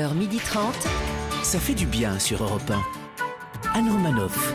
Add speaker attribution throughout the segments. Speaker 1: 11h30.
Speaker 2: Ça fait du bien sur Europe 1. Anne Romanoff.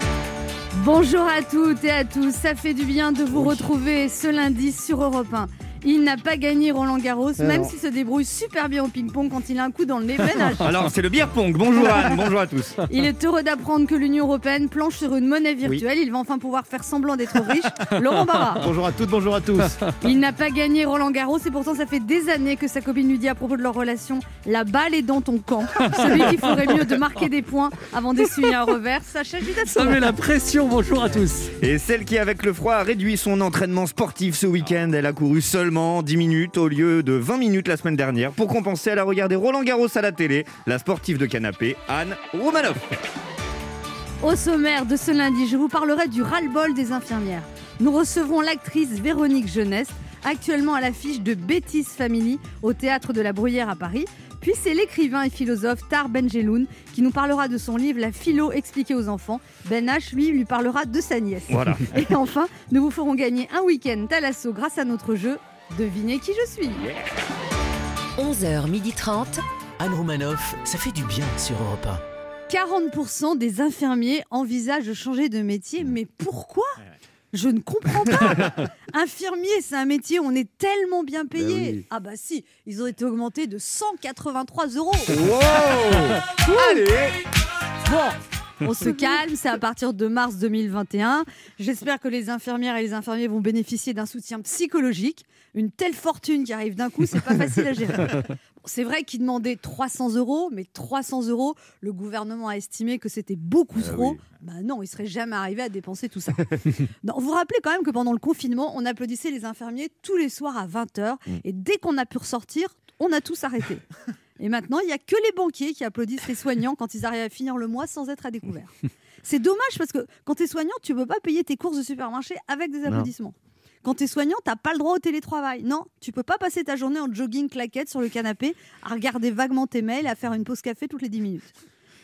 Speaker 3: Bonjour à toutes et à tous, ça fait du bien de vous retrouver ce lundi sur Europe 1. Il n'a pas gagné Roland Garros, même s'il se débrouille super bien au ping-pong quand il a un coup dans le nez. Ben H.
Speaker 4: Alors, c'est le beer pong. Bonjour Anne, bonjour à tous.
Speaker 3: Il est heureux d'apprendre que l'Union européenne planche sur une monnaie virtuelle. Il va enfin pouvoir faire semblant d'être riche. Laurent Barra.
Speaker 5: Bonjour à toutes, bonjour à tous.
Speaker 3: Il n'a pas gagné Roland Garros et pourtant ça fait des années que sa copine lui dit à propos de leur relation la balle est dans ton camp. Celui qui ferait mieux de marquer des points avant d'essuyer un revers, Sacha Gitasson.
Speaker 6: Ça met Ah, la pression, bonjour à tous.
Speaker 4: Et celle qui, avec le froid, a réduit son entraînement sportif ce week-end. Elle a couru seulement 10 minutes au lieu de 20 minutes la semaine dernière. Pour compenser, elle a regardé Roland Garros à la télé. La sportive de canapé, Anne Romanoff.
Speaker 3: Au sommaire de ce lundi, je vous parlerai du ras-le-bol des infirmières. Nous recevrons l'actrice Véronique Jeunesse, actuellement à l'affiche de Bêtise Family au théâtre de la Bruyère à Paris. Puis c'est l'écrivain et philosophe Tar Benjeloun qui nous parlera de son livre La philo expliquée aux enfants. Ben H, lui, lui parlera de sa nièce.
Speaker 4: Voilà.
Speaker 3: Et enfin, nous vous ferons gagner un week-end Talasso grâce à notre jeu Devinez qui je suis.
Speaker 1: 11h30.
Speaker 2: Anne Romanoff, ça fait du bien sur Europe 1.
Speaker 3: 40% des infirmiers envisagent de changer de métier, mais pourquoi je ne comprends pas. Infirmier, c'est un métier où on est tellement bien payé. Ah bah si, ils ont été augmentés de 183 euros. Bon, on se calme, c'est à partir de mars 2021. J'espère que les infirmières et les infirmiers vont bénéficier d'un soutien psychologique. Une telle fortune qui arrive d'un coup, c'est pas facile à gérer. Bon, C'est vrai qu'ils demandaient 300 euros, mais 300 euros, le gouvernement a estimé que c'était beaucoup trop. Bah non, ils seraient jamais arrivés à dépenser tout ça. Non, vous vous rappelez quand même que pendant le confinement, on applaudissait les infirmiers tous les soirs à 20h. Et dès qu'on a pu ressortir, on a tous arrêté. Et maintenant, il n'y a que les banquiers qui applaudissent les soignants quand ils arrivent à finir le mois sans être à découvert. C'est dommage parce que quand tu es soignant, tu ne peux pas payer tes courses de supermarché avec des applaudissements. Quand tu es soignant, tu pas le droit au télétravail. Non, tu peux pas passer ta journée en jogging claquette sur le canapé, à regarder vaguement tes mails, à faire une pause café toutes les 10 minutes.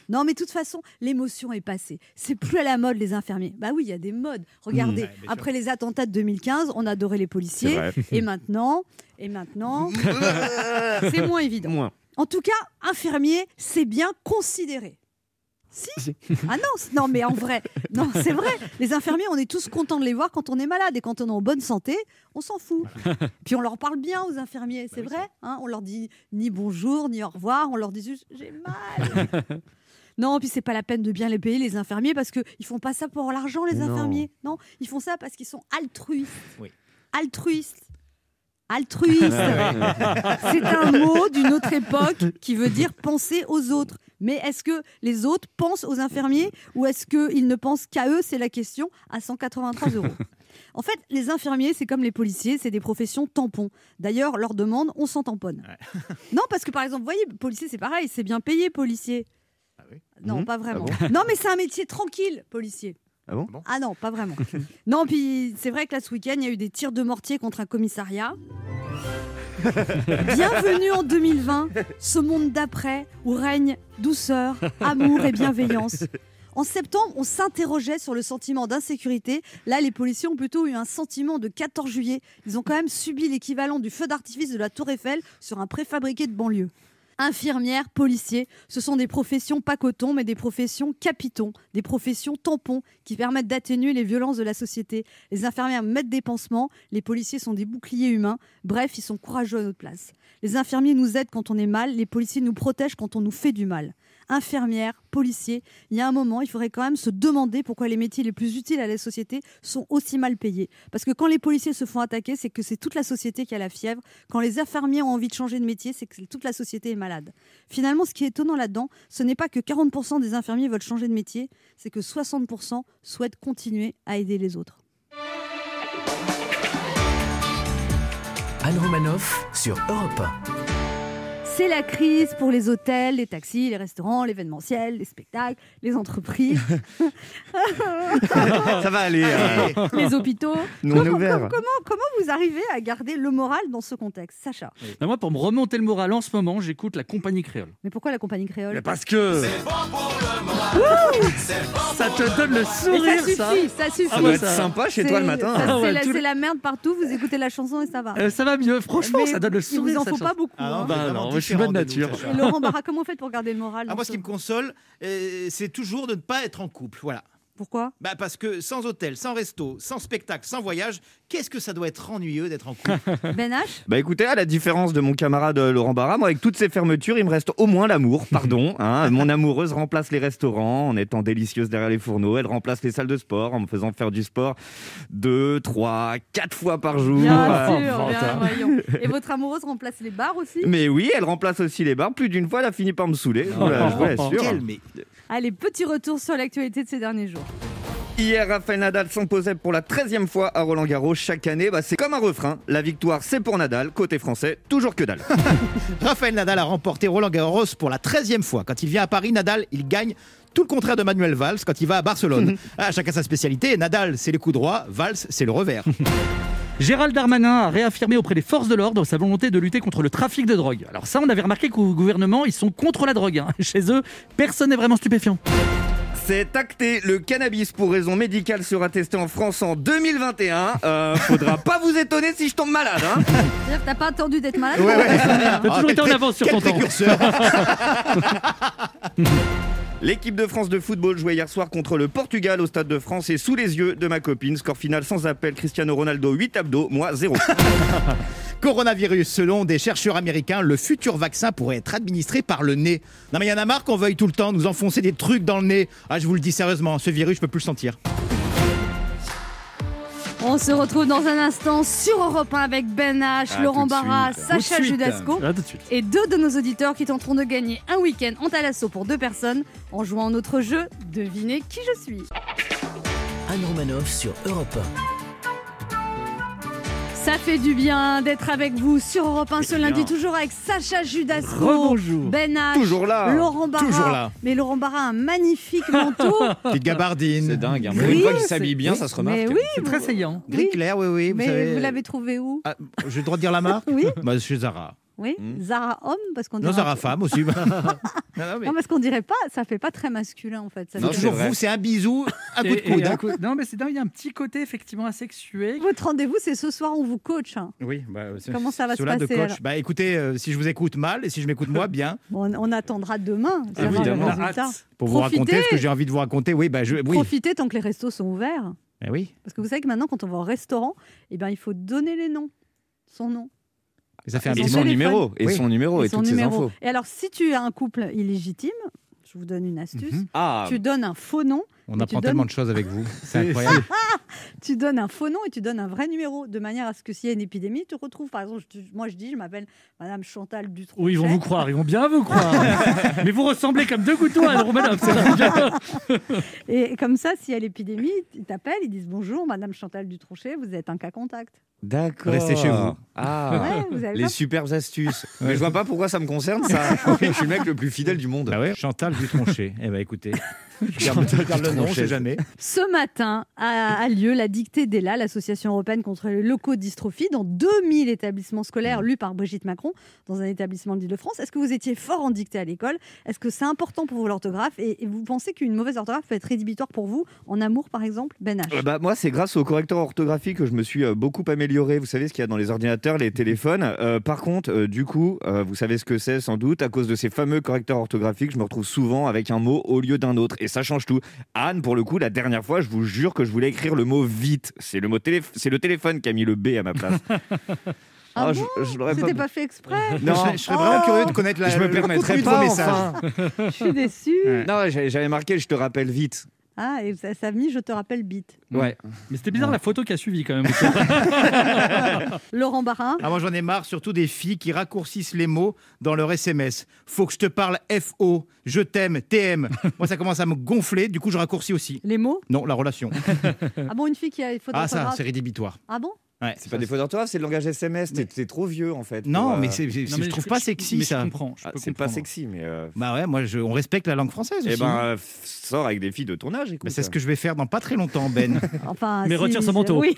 Speaker 3: Non, mais de toute façon, l'émotion est passée. C'est plus à la mode, les infirmiers. Bah oui, il y a des modes. Regardez, après les attentats de 2015, on adorait les policiers. Et maintenant, et maintenant, Euh, c'est moins évident.
Speaker 4: Moins.
Speaker 3: En tout cas, infirmier, c'est bien considéré. Si Ah non, c- non, mais en vrai, non, c'est vrai. Les infirmiers, on est tous contents de les voir quand on est malade et quand on est en bonne santé, on s'en fout. Puis on leur parle bien aux infirmiers, c'est vrai. hein, on leur dit ni bonjour, ni au revoir, on leur dit juste j'ai mal. Non, puis c'est pas la peine de bien les payer les infirmiers parce que ils font pas ça pour l'argent les infirmiers. Non, ils font ça parce qu'ils sont altruistes. Altruistes. Altruistes. C'est un mot d'une autre époque qui veut dire penser aux autres. Mais est-ce que les autres pensent aux infirmiers ou est-ce qu'ils ne pensent qu'à eux C'est la question à 183 euros. En fait, les infirmiers, c'est comme les policiers, c'est des professions tampons. D'ailleurs, leur demande, on s'en tamponne. Non, parce que par exemple, vous voyez, policier, c'est pareil, c'est bien payé, policier. Non,
Speaker 4: Mhm.
Speaker 3: pas vraiment. non, mais c'est un métier tranquille, policier.
Speaker 4: Ah bon
Speaker 3: Ah non, pas vraiment. non, puis c'est vrai que là, ce week-end, il y a eu des tirs de mortier contre un commissariat. Bienvenue en 2020, ce monde d'après où règne douceur, amour et bienveillance. En septembre, on s'interrogeait sur le sentiment d'insécurité. Là, les policiers ont plutôt eu un sentiment de 14 juillet. Ils ont quand même subi l'équivalent du feu d'artifice de la Tour Eiffel sur un préfabriqué de banlieue. Infirmières, policiers, ce sont des professions pas coton, mais des professions capitons, des professions tampons qui permettent d'atténuer les violences de la société. Les infirmières mettent des pansements, les policiers sont des boucliers humains. Bref, ils sont courageux à notre place. Les infirmiers nous aident quand on est mal, les policiers nous protègent quand on nous fait du mal. Infirmières, policiers, il y a un moment, il faudrait quand même se demander pourquoi les métiers les plus utiles à la société sont aussi mal payés. Parce que quand les policiers se font attaquer, c'est que c'est toute la société qui a la fièvre. Quand les infirmiers ont envie de changer de métier, c'est que toute la société est malade. Finalement, ce qui est étonnant là-dedans, ce n'est pas que 40% des infirmiers veulent changer de métier, c'est que 60% souhaitent continuer à aider les autres.
Speaker 2: Anne Romanoff sur Europe 1.
Speaker 3: C'est la crise pour les hôtels, les taxis, les restaurants, l'événementiel, les spectacles, les entreprises,
Speaker 4: Ça va aller.
Speaker 3: Ah,
Speaker 4: euh,
Speaker 3: les hôpitaux.
Speaker 4: Nous, on est
Speaker 3: Comment-
Speaker 4: ouvert.
Speaker 3: comment- comment- comment vous arrivez à garder le moral dans ce contexte, Sacha
Speaker 6: Ben, moi, pour me remonter le moral en ce moment, j'écoute la compagnie créole.
Speaker 3: Mais pourquoi la compagnie créole
Speaker 4: Parce que.
Speaker 6: Ça te donne le
Speaker 3: Mais
Speaker 6: sourire,
Speaker 3: ça
Speaker 6: ça
Speaker 3: suffit, ça, suffit.
Speaker 4: Ça
Speaker 6: Ah ouais,
Speaker 4: doit être
Speaker 6: ça-
Speaker 4: sympa chez
Speaker 3: C'est-
Speaker 4: toi le matin.
Speaker 3: ça,
Speaker 6: Ah
Speaker 3: c'est
Speaker 6: ouais,
Speaker 3: la,
Speaker 6: tout le-
Speaker 3: c'est la merde partout, vous écoutez la chanson et ça va.
Speaker 6: Euh, Ça va mieux, franchement,
Speaker 3: Mais
Speaker 6: ça donne le
Speaker 3: il
Speaker 6: sourire.
Speaker 3: vous en
Speaker 6: ça
Speaker 3: faut
Speaker 7: Ah,
Speaker 6: change.
Speaker 3: pas beaucoup. hein.
Speaker 6: Bah non, moi,
Speaker 4: je suis bonne
Speaker 1: différents de
Speaker 4: nature.
Speaker 1: nous, Sacha.
Speaker 3: Et Laurent Barra, comment vous faites pour garder le moral
Speaker 1: Ah,
Speaker 3: dans
Speaker 1: moi,
Speaker 3: ce-
Speaker 1: ce qui me console, euh, c'est toujours de ne pas être en couple. Voilà.
Speaker 3: Pourquoi
Speaker 1: Bah parce que sans hôtel, sans resto, sans spectacle, sans voyage, qu'est-ce que ça doit être ennuyeux d'être en couple
Speaker 3: Ben H
Speaker 4: Bah écoutez, à la différence de mon camarade euh, Laurent Barra, moi avec toutes ces fermetures, il me reste au moins l'amour, pardon. hein. Mon amoureuse remplace les restaurants en étant délicieuse derrière les fourneaux, elle remplace les salles de sport en me faisant faire du sport deux, trois, quatre fois par jour.
Speaker 3: Bien
Speaker 4: Euh,
Speaker 3: sûr, Eh, oh, bien, voyons. Et votre amoureuse remplace les bars aussi
Speaker 4: Mais oui, elle remplace aussi les bars. Plus d'une fois, elle a fini par me saouler. Je vous la- je vous l'assure.
Speaker 1: Quel mais
Speaker 3: Allez, petit retour sur l'actualité de ces derniers jours.
Speaker 4: Hier, Rafael Nadal s'imposait pour la 13e fois à Roland Garros. Chaque année, bah, c'est comme un refrain. La victoire, c'est pour Nadal. Côté français, toujours que dalle.
Speaker 1: Raphaël Nadal a remporté Roland Garros pour la 13e fois. Quand il vient à Paris, Nadal, il gagne tout le contraire de Manuel Valls quand il va à Barcelone. Ah, chacun sa spécialité. Nadal, c'est les coups droits. Valls, c'est le revers.
Speaker 6: Gérald Darmanin a réaffirmé auprès des forces de l'ordre sa volonté de lutter contre le trafic de drogue. Alors ça, on avait remarqué qu'au gouvernement, ils sont contre la drogue. hein. Chez eux, personne n'est vraiment stupéfiant.
Speaker 4: C'est acté, le cannabis pour raison médicale sera testé en France en 2021. Euh, faudra pas vous étonner si je tombe malade. hein.
Speaker 3: C'est-à-dire que T'as pas attendu d'être malade
Speaker 1: Ouais, ouais.
Speaker 6: T'as toujours été en avance sur
Speaker 1: Quel
Speaker 6: ton temps.
Speaker 1: précurseur
Speaker 4: L'équipe de France de football jouait hier soir contre le Portugal au Stade de France et sous les yeux de ma copine, score final sans appel, Cristiano Ronaldo 8 abdos, moi 0.
Speaker 1: Coronavirus, selon des chercheurs américains, le futur vaccin pourrait être administré par le nez. Non mais il y en a marre qu'on veuille tout le temps nous enfoncer des trucs dans le nez. Ah je vous le dis sérieusement, ce virus je peux plus le sentir.
Speaker 3: On se retrouve dans un instant sur Europe 1 avec Ben H,
Speaker 4: À
Speaker 3: Laurent
Speaker 4: Ah, tout de
Speaker 3: Barra,
Speaker 4: suite.
Speaker 3: Sacha
Speaker 1: Tout de suite.
Speaker 3: Judasco
Speaker 6: Là, Ah, tout de suite.
Speaker 3: et deux de nos auditeurs qui tenteront de gagner un week-end en talasso pour deux personnes en jouant à notre jeu Devinez qui je suis.
Speaker 2: Anne Romanoff sur Europe
Speaker 3: Ça fait du bien d'être avec vous sur Europe 1 ce
Speaker 4: Eh
Speaker 3: lundi,
Speaker 4: bien.
Speaker 3: toujours avec Sacha Judasco,
Speaker 6: Rebonjour.
Speaker 3: Ben H,
Speaker 4: Toujours là.
Speaker 3: Laurent Barra.
Speaker 1: Toujours là.
Speaker 3: Mais Laurent Barra a un magnifique manteau.
Speaker 1: Petite gabardine.
Speaker 5: C'est dingue. Hein.
Speaker 3: Oui,
Speaker 5: Pour une fois qu'il
Speaker 3: c'est-
Speaker 5: s'habille bien, ça se remarque.
Speaker 3: Mais oui,
Speaker 6: C'est très saillant.
Speaker 1: Gris clair, oui oui.
Speaker 3: mais
Speaker 1: savez-
Speaker 3: vous l'avez trouvé où
Speaker 1: Ah, J'ai le droit de dire la marque
Speaker 3: Oui,
Speaker 1: Bah chez Zara.
Speaker 3: oui.
Speaker 4: Hmm.
Speaker 3: Zara homme parce qu'on
Speaker 1: Non
Speaker 3: dirait.
Speaker 1: Zara femme aussi. non, non, mais-
Speaker 3: Non, parce qu'on dirait pas, ça fait pas très masculin en fait. Ça
Speaker 5: Non,
Speaker 3: fait-
Speaker 5: c'est
Speaker 1: Toujours
Speaker 5: vrai.
Speaker 1: vous, c'est un bisou, un coup de
Speaker 6: Et- et
Speaker 1: coude.
Speaker 6: un
Speaker 1: hein.
Speaker 6: coup- Non, mais c'est dingue, il y a un petit côté effectivement asexué.
Speaker 3: Votre rendez-vous, c'est ce soir, on vous coach. hein.
Speaker 5: Oui, bah, c'est-
Speaker 3: Comment ça va se
Speaker 1: Cela de
Speaker 3: passer alors
Speaker 1: coach. Bah écoutez, euh, si je vous écoute mal et si je m'écoute moi bien,
Speaker 3: Bon, on, on attendra demain. de savoir
Speaker 5: Évidemment.
Speaker 3: le
Speaker 6: La
Speaker 3: résultat.
Speaker 6: hâte.
Speaker 1: pour
Speaker 3: Profitez.
Speaker 1: vous raconter ce que j'ai envie de vous raconter, oui, bah je, oui.
Speaker 3: Profitez tant que les restos sont ouverts.
Speaker 1: Eh oui.
Speaker 3: Parce que vous savez que maintenant, quand on va au restaurant, eh ben, il faut donner les noms, son nom
Speaker 1: Ça fait un
Speaker 5: Et
Speaker 3: Son
Speaker 1: bisou.
Speaker 5: son
Speaker 3: téléphone.
Speaker 5: numéro, et
Speaker 1: Oui.
Speaker 5: son numéro,
Speaker 3: et
Speaker 5: et
Speaker 3: son
Speaker 5: toutes ces
Speaker 3: numéro.
Speaker 5: infos.
Speaker 3: Et alors, si tu as un couple illégitime, je vous donne une astuce,
Speaker 5: Ah,
Speaker 3: tu donnes un faux nom,
Speaker 1: On
Speaker 3: Mais tu
Speaker 1: apprend
Speaker 3: donnes-
Speaker 1: tellement de choses avec vous. C'est incroyable.
Speaker 3: tu donnes un faux nom et tu donnes un vrai numéro, de manière à ce que s'il y a une épidémie, tu te retrouves. Par exemple, je- moi je dis, je m'appelle Madame Chantal Dutronc.
Speaker 6: Oui, ils vont vous croire, ils vont bien vous croire. mais vous ressemblez comme deux couteaux à Anne Romanoff. c'est dingue.
Speaker 3: Et comme ça, s'il y a l'épidémie, ils t'appellent, ils disent bonjour, Madame Chantal Dutronchet, vous êtes un cas contact.
Speaker 5: d'accord.
Speaker 1: Restez chez vous.
Speaker 5: Ah,
Speaker 3: Ouais, vous avez
Speaker 5: les
Speaker 3: pas-
Speaker 5: superbes astuces.
Speaker 4: Mais je vois pas pourquoi ça me concerne ça.
Speaker 5: Je suis le mec le plus fidèle du monde.
Speaker 1: Bah ouais. Chantal Dutronchet. eh ben écoutez, je garde, je garde le nom, je sais
Speaker 5: Dutronchet.
Speaker 1: jamais.
Speaker 3: Ce matin a, a lieu la dictée d'ELA, l'association européenne contre les leucodystrophies, dans 2000 établissements scolaires lus par Brigitte Macron dans un établissement de l'Île-de-France. Est-ce que vous étiez fort en dictée à l'école Est-ce que c'est important pour vous l'orthographe et, et vous pensez qu'une mauvaise orthographe peut être rédhibitoire pour vous En amour, par exemple Ben H.
Speaker 4: Euh, bah, moi, c'est grâce au correcteur orthographique que je me suis euh, beaucoup amélioré. Vous savez ce qu'il y a dans les ordinateurs, les téléphones. Euh, par contre, euh, du coup, euh, vous savez ce que c'est sans doute. À cause de ces fameux correcteurs orthographiques, je me retrouve souvent avec un mot au lieu d'un autre. Et ça change tout. Anne, pour le coup, la dernière fois, je vous jure que je voulais écrire le mot vite. C'est le, mot télé- c'est le téléphone qui a mis le B à ma place.
Speaker 3: Ah
Speaker 4: je, je l'aurais
Speaker 3: C'était pas fait exprès
Speaker 4: Non,
Speaker 1: je, serais- je serais vraiment
Speaker 3: Oh.
Speaker 1: curieux de connaître la.
Speaker 5: je me
Speaker 1: le contenu
Speaker 5: permettrai
Speaker 1: de vos
Speaker 5: pas,
Speaker 1: messages.
Speaker 5: enfin.
Speaker 3: Je suis déçue.
Speaker 4: Non, j'avais j'avais marqué, je te rappelle vite.
Speaker 3: Ah, et ça, ça a mis, je te rappelle, bite.
Speaker 5: Ouais.
Speaker 6: Mais c'était bizarre la photo qui a suivi quand même.
Speaker 3: Laurent Barra
Speaker 1: Ah, moi j'en ai marre, surtout des filles qui raccourcissent les mots dans leur SMS. Faut que je te parle FO, je t'aime, TM. Moi ça commence à me gonfler, du coup je raccourcis aussi.
Speaker 3: les mots
Speaker 1: Non, la relation.
Speaker 3: Ah bon, une fille qui a une faute
Speaker 1: Ah ça,
Speaker 3: d'orthographe
Speaker 1: c'est rédhibitoire.
Speaker 3: Ah bon
Speaker 1: Ouais.
Speaker 4: C'est pas des fautes d'orthographe, c'est le langage SMS. T'es t'es trop vieux, en fait. pour,
Speaker 1: Non,
Speaker 4: euh,
Speaker 1: mais, c'est- c'est- je trouve pas sexy
Speaker 6: mais Je
Speaker 1: ça.
Speaker 6: comprends. je
Speaker 4: ah,
Speaker 6: peux
Speaker 4: C'est pas
Speaker 6: comprendre.
Speaker 4: sexy, mais. euh,
Speaker 1: Bah ouais, moi je- on respecte la langue française aussi.
Speaker 4: Eh ben, euh, f- sors avec des filles de ton âge, écoute.
Speaker 1: Mais c'est ce que je vais faire dans pas très longtemps, Ben.
Speaker 3: Enfin,
Speaker 6: Mais
Speaker 3: si,
Speaker 6: retire son manteau.
Speaker 3: Oui.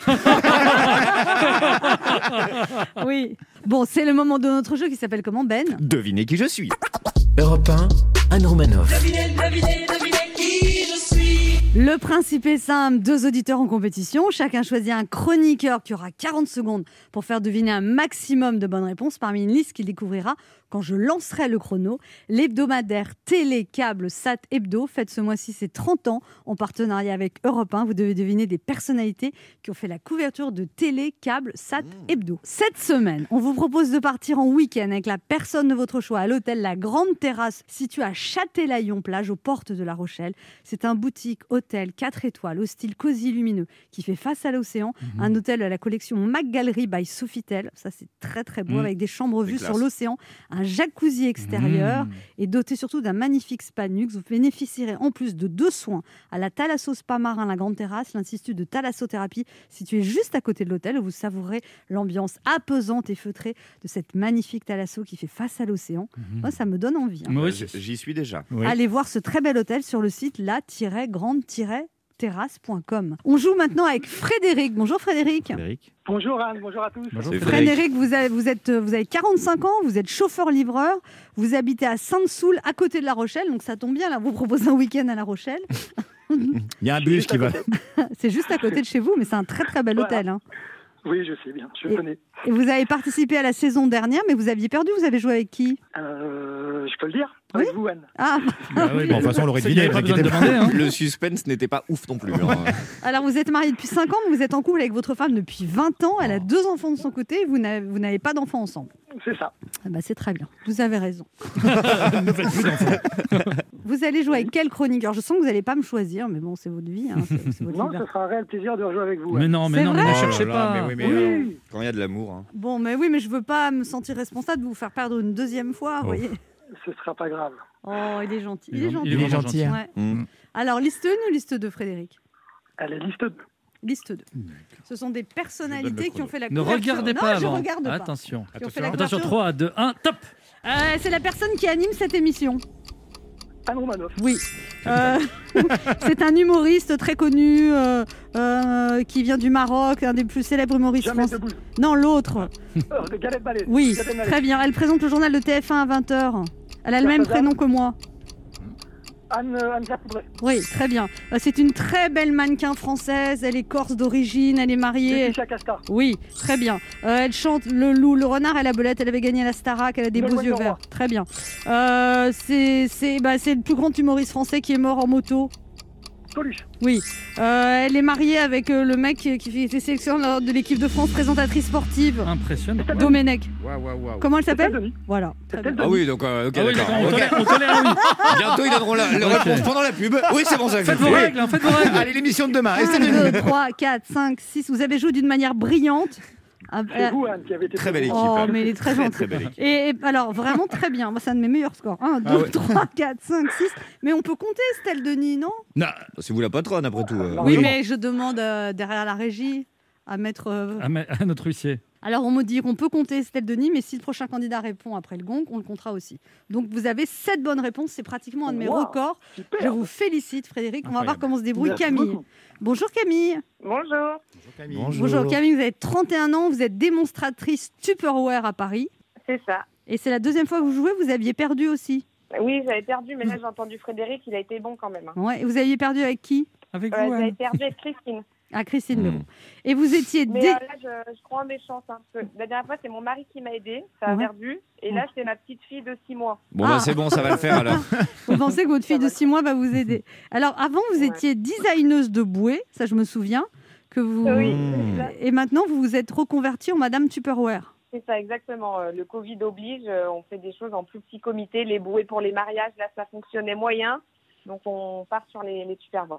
Speaker 3: oui. Bon, c'est le moment de notre jeu qui s'appelle comment Ben
Speaker 4: Devinez qui je suis.
Speaker 2: 1. Europe 1, Anne Romanoff.
Speaker 3: Le principe est simple, deux auditeurs en compétition, chacun choisit un chroniqueur qui aura 40 secondes pour faire deviner un maximum de bonnes réponses parmi une liste qu'il découvrira quand je lancerai le chrono. L'hebdomadaire Télé Câble Sat Hebdo fête ce mois-ci ses 30 ans en partenariat avec Europe 1. Vous devez deviner des personnalités qui ont fait la couverture de Télé Câble Sat Hebdo. Cette semaine, on vous propose de partir en week-end avec la personne de votre choix à l'hôtel La Grande Terrasse située à Châtelaillon-Plage aux portes de La Rochelle. C'est un boutique hôtel 4 étoiles au style cosy lumineux qui fait face à l'océan. Un hôtel à la collection Mac Gallery by Sofitel. Ça, c'est très très beau
Speaker 5: Mhm.
Speaker 3: avec des chambres
Speaker 5: C'est
Speaker 3: vues sur
Speaker 5: classe.
Speaker 3: l'océan, un jacuzzi extérieur et doté surtout d'un magnifique spa Nux. Vous bénéficierez en plus de deux soins à la Thalasso Spa Marin La Grande Terrasse, l'Institut de Thalassothérapie situé juste à côté de l'hôtel où vous savourez l'ambiance apaisante et feutrée de cette magnifique Thalasso qui fait face à l'océan. Moi, ça me donne envie. hein.
Speaker 6: Moi aussi.
Speaker 4: J- Euh, J'y suis déjà.
Speaker 1: Oui.
Speaker 3: Allez voir ce très bel hôtel sur le site la-grande-terrasse.com. On joue maintenant avec Frédéric. Bonjour Frédéric.
Speaker 8: Bonjour Anne, bonjour à tous.
Speaker 6: Bonjour,
Speaker 4: C'est
Speaker 6: Frédéric.
Speaker 3: Frédéric, vous avez, vous, êtes, euh, vous avez 45 ans, vous êtes chauffeur-livreur, vous habitez à Sainte-Soule, à côté de La Rochelle, donc ça tombe bien, là, on vous propose un week-end à La Rochelle.
Speaker 1: Il y a un bus qui va.
Speaker 3: C'est juste à côté de chez vous, mais c'est un très très bel
Speaker 8: Voilà.
Speaker 3: hôtel. hein.
Speaker 8: Oui, je sais bien, je
Speaker 3: Et-
Speaker 8: connais.
Speaker 3: Et vous avez participé à la saison dernière, mais vous aviez perdu, vous avez joué avec qui
Speaker 8: Euh, je peux le dire
Speaker 3: Oui.
Speaker 8: Avec vous, Anne.
Speaker 3: Ah,
Speaker 1: Bon, Bah de toute façon, on l'aurait
Speaker 6: Ça, il y
Speaker 1: deviné,
Speaker 6: avait
Speaker 1: vous
Speaker 6: pas besoin de
Speaker 1: inquiétez pas.
Speaker 6: demander, hein.
Speaker 5: Le suspense n'était pas ouf non plus. hein.
Speaker 3: alors vous êtes marié depuis 5 ans, mais vous êtes en couple avec votre femme depuis 20 ans, elle a deux enfants de son côté, et vous n'avez vous n'avez pas d'enfants ensemble.
Speaker 8: C'est ça.
Speaker 3: Ah bah, c'est très bien, vous avez raison. Vous allez jouer avec quel chroniqueur Je sens que vous n'allez pas me choisir, mais bon, c'est votre vie. hein, c'est- c'est votre
Speaker 8: Non,
Speaker 3: liberté.
Speaker 8: ce sera un réel plaisir de rejouer avec vous.
Speaker 6: Mais
Speaker 8: Anne.
Speaker 6: non, mais
Speaker 3: C'est
Speaker 6: non,
Speaker 3: vrai
Speaker 5: Oh
Speaker 6: mais ne
Speaker 5: là
Speaker 6: cherchez
Speaker 5: là,
Speaker 6: pas.
Speaker 5: mais oui, mais
Speaker 4: euh,
Speaker 5: alors,
Speaker 8: Oui,
Speaker 5: quand il y a de l'amour. hein.
Speaker 3: Bon, mais oui, mais je veux pas me sentir responsable de vous faire perdre une deuxième fois, vous voyez.
Speaker 8: ce sera pas grave.
Speaker 3: Oh, il est gentil. Oh. Il, est gentil.
Speaker 6: Il est gentil. hein.
Speaker 3: Ouais.
Speaker 5: Mm.
Speaker 3: Alors, liste 1 ou liste 2, Frédéric
Speaker 8: Elle est liste deux.
Speaker 3: Liste 2. Ce sont des personnalités qui ont fait la
Speaker 6: Ne
Speaker 3: couverture.
Speaker 6: regardez
Speaker 3: Non,
Speaker 6: pas
Speaker 3: je
Speaker 6: avant.
Speaker 3: regarde pas.
Speaker 6: Attention.
Speaker 3: Qui ont fait la
Speaker 6: Attention,
Speaker 3: couverture.
Speaker 6: 3, 2, 1, top
Speaker 3: Euh, c'est la personne qui anime cette émission.
Speaker 8: Anne Romanoff.
Speaker 3: Oui. Euh, c'est un humoriste très connu euh, euh, qui vient du Maroc, un des plus célèbres humoristes
Speaker 8: Jamais
Speaker 3: français.
Speaker 8: debout.
Speaker 3: Non, l'autre.
Speaker 8: Euh, de Galette Ballet.
Speaker 3: Oui,
Speaker 8: Galette Ballet.
Speaker 3: très bien. Elle présente le journal de TF1 à 20h. Elle a le
Speaker 8: Sarah
Speaker 3: même
Speaker 8: Hazard.
Speaker 3: prénom que moi.
Speaker 8: Anne, euh, Anne Zacoudray.
Speaker 3: Oui, très bien. Euh, C'est une très belle mannequin française. Elle est corse d'origine, elle est mariée.
Speaker 8: Laetitia Casta.
Speaker 3: Oui, très bien. Euh, elle chante le loup, le renard et la belette. Elle avait gagné à la Starac, elle a des
Speaker 8: Le
Speaker 3: beaux
Speaker 8: roi
Speaker 3: yeux
Speaker 8: du
Speaker 3: verts.
Speaker 8: roi.
Speaker 3: Très bien. Euh, c'est c'est- bah, c'est le plus grand humoriste français qui est mort en moto.
Speaker 8: Coluche.
Speaker 3: Euh, elle est mariée avec euh, le mec qui qui était sélectionné lors de l'équipe de France, présentatrice sportive.
Speaker 6: Impressionnant.
Speaker 3: Domenech.
Speaker 5: Waouh, waouh, waouh.
Speaker 3: Comment elle
Speaker 8: Estelle
Speaker 3: s'appelle
Speaker 8: Denis.
Speaker 3: Voilà. très bien.
Speaker 5: Ah oui, donc euh, ok,
Speaker 6: Ah oui, d'accord,
Speaker 5: d'accord.
Speaker 6: on
Speaker 5: Ok.
Speaker 6: tolère, on tolère, oui.
Speaker 5: Bientôt ils donneront la, la
Speaker 6: Ok.
Speaker 5: réponse pendant la pub. Oui, c'est bon ça. que
Speaker 6: Faites
Speaker 5: j'ai
Speaker 6: vos
Speaker 5: fait.
Speaker 6: règles, hein, faites vos règles.
Speaker 1: Allez, l'émission de demain. Estelle
Speaker 3: 1, 2, 3, 4, 5, 6. Vous avez joué d'une manière brillante. Ah,
Speaker 8: C'est
Speaker 3: euh,
Speaker 8: vous, Anne, qui avez été
Speaker 5: Très belle équipe.
Speaker 3: Oh,
Speaker 5: hein.
Speaker 3: mais il est très
Speaker 5: Très,
Speaker 3: gentil.
Speaker 5: très belle équipe. Ah
Speaker 3: Et, et alors, vraiment très bien. Moi, c'est un de mes meilleurs scores. 1, 2, 3, 4, 5, 6. Mais on peut compter, Estelle Denis, non
Speaker 5: C'est vous la patronne après tout. euh.
Speaker 8: Oui,
Speaker 3: mais je demande euh, derrière la régie à mettre. euh,
Speaker 6: À, ma- à notre huissier.
Speaker 3: Alors, on me dit qu'on peut compter Estelle Denis, mais si le prochain candidat répond après le gong, on le comptera aussi. Donc, vous avez 7 bonnes réponses. C'est pratiquement un de mes
Speaker 8: Wow.
Speaker 3: records.
Speaker 8: Super.
Speaker 3: Je vous félicite, Frédéric. On va voir
Speaker 6: Incroyable.
Speaker 3: comment se débrouille
Speaker 8: Merci
Speaker 3: Camille.
Speaker 8: beaucoup.
Speaker 3: Bonjour Camille.
Speaker 9: Bonjour.
Speaker 1: Bonjour.
Speaker 3: Bonjour Camille, vous avez 31 ans, vous êtes démonstratrice Tupperware à Paris.
Speaker 9: C'est ça.
Speaker 3: Et c'est la deuxième fois que vous jouez, vous aviez perdu aussi.
Speaker 9: Oui, j'avais perdu, mais là j'ai entendu Frédéric, il a été bon quand même. hein.
Speaker 3: Ouais, et vous aviez perdu avec qui
Speaker 6: Avec
Speaker 9: Euh,
Speaker 6: vous,
Speaker 9: j'avais
Speaker 6: Anne.
Speaker 9: perdu avec Christine.
Speaker 3: À Christine
Speaker 5: Mm.
Speaker 3: Lebon. Et vous étiez
Speaker 9: Mais
Speaker 3: dé-
Speaker 9: euh, là, je, je crois en mes chances. hein, parce que la dernière fois, c'est mon mari qui m'a aidé, ça a
Speaker 3: Ouais.
Speaker 9: perdu. Et là, c'est ma petite fille de 6 mois.
Speaker 5: Bon bah
Speaker 3: Ah.
Speaker 5: c'est bon, ça va le faire alors.
Speaker 3: Vous pensez que votre fille de
Speaker 9: va.
Speaker 3: 6 mois va vous aider. Alors avant, vous
Speaker 9: Ouais.
Speaker 3: étiez designeuse de bouée, ça je me souviens, que vous...
Speaker 9: Oui,
Speaker 5: Mmh.
Speaker 9: c'est ça-
Speaker 3: Et maintenant, vous vous êtes reconvertie en Madame Tupperware.
Speaker 9: c'est ça exactement. Euh, Le Covid oblige, euh, on fait des choses en plus petit comité. Les bouées pour les mariages, là, ça fonctionnait moyen. Donc on part sur les, les superbons.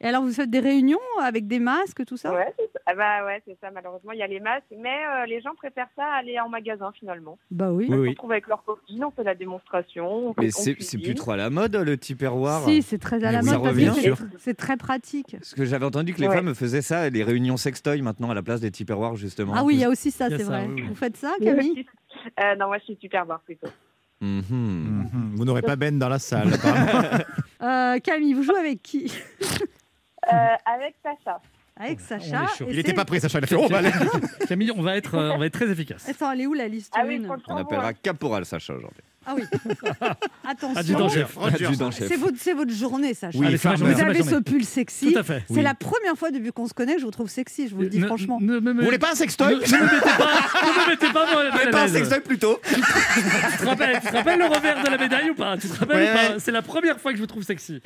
Speaker 3: Et alors, vous faites des réunions Oh, avec des masques, tout ça
Speaker 9: Ouais, c'est ça. Ah bah ouais, c'est ça. Malheureusement, il y a les masques, mais euh, les gens préfèrent ça à aller en magasin finalement.
Speaker 3: Bah oui.
Speaker 9: On se retrouve avec leur copine, on fait la démonstration. on-
Speaker 5: Mais
Speaker 9: on
Speaker 5: c'est c'est
Speaker 9: cuisine.
Speaker 5: plus trop à la mode le Tupperware.
Speaker 3: Si, c'est très à
Speaker 5: Mais
Speaker 3: la
Speaker 5: oui,
Speaker 3: mode,
Speaker 5: ça
Speaker 3: parce
Speaker 5: revient,
Speaker 3: que
Speaker 5: sûr.
Speaker 3: c'est- c'est très pratique.
Speaker 5: Parce que j'avais entendu que les
Speaker 9: Ouais.
Speaker 5: femmes faisaient ça, les réunions sextoy maintenant à la place des Tupperware justement.
Speaker 3: Ah oui, il y a aussi ça,
Speaker 6: Il y a
Speaker 3: c'est
Speaker 6: ça,
Speaker 3: vrai.
Speaker 6: oui, oui.
Speaker 3: Vous faites ça, Camille
Speaker 9: Euh, non, moi je suis super bar plutôt.
Speaker 5: Mhm.
Speaker 1: Mhm. Vous n'aurez pas Ben dans la salle. apparemment.
Speaker 3: Euh, Camille, vous jouez avec qui
Speaker 9: Euh, avec Sacha.
Speaker 3: Avec
Speaker 6: On
Speaker 3: Sacha.
Speaker 6: est chaud.
Speaker 3: et
Speaker 1: Il
Speaker 3: c'est-
Speaker 1: n'était pas prêt, Sacha. Il a fait Oh, bah, allez.
Speaker 6: Camille, on va être, euh, on va être très efficace.
Speaker 3: Attends, elle est où la liste
Speaker 9: Ah oui,
Speaker 3: une
Speaker 9: contre
Speaker 5: On appellera Caporal Sacha aujourd'hui.
Speaker 3: Ah oui. Attention.
Speaker 7: Adjudant chef.
Speaker 4: Ah,
Speaker 1: Roger.
Speaker 3: C'est votre, c'est votre journée, ça. je
Speaker 7: Ah, Oui,
Speaker 3: crois.
Speaker 7: c'est ma
Speaker 3: vous
Speaker 7: journée, c'est ma
Speaker 3: avez ce
Speaker 7: journée.
Speaker 3: pull sexy.
Speaker 7: Tout à fait.
Speaker 3: C'est
Speaker 7: Oui.
Speaker 3: la première fois depuis qu'on se connaît que je vous trouve sexy, je vous le dis
Speaker 7: Ne-
Speaker 3: franchement.
Speaker 7: ne- ne-
Speaker 1: Vous voulez pas un
Speaker 7: Ne
Speaker 1: sextoy
Speaker 7: ne me mettez pas, ne me Ah, mettez pas mal- mal
Speaker 4: Pas
Speaker 7: à
Speaker 4: un
Speaker 7: l'aise.
Speaker 4: sextoy plutôt.
Speaker 7: Tu te rappelles, tu te rappelles le revers de la médaille ou pas Tu te rappelles
Speaker 1: Ouais,
Speaker 7: ou pas
Speaker 1: ouais.
Speaker 7: C'est la première fois que je vous trouve sexy.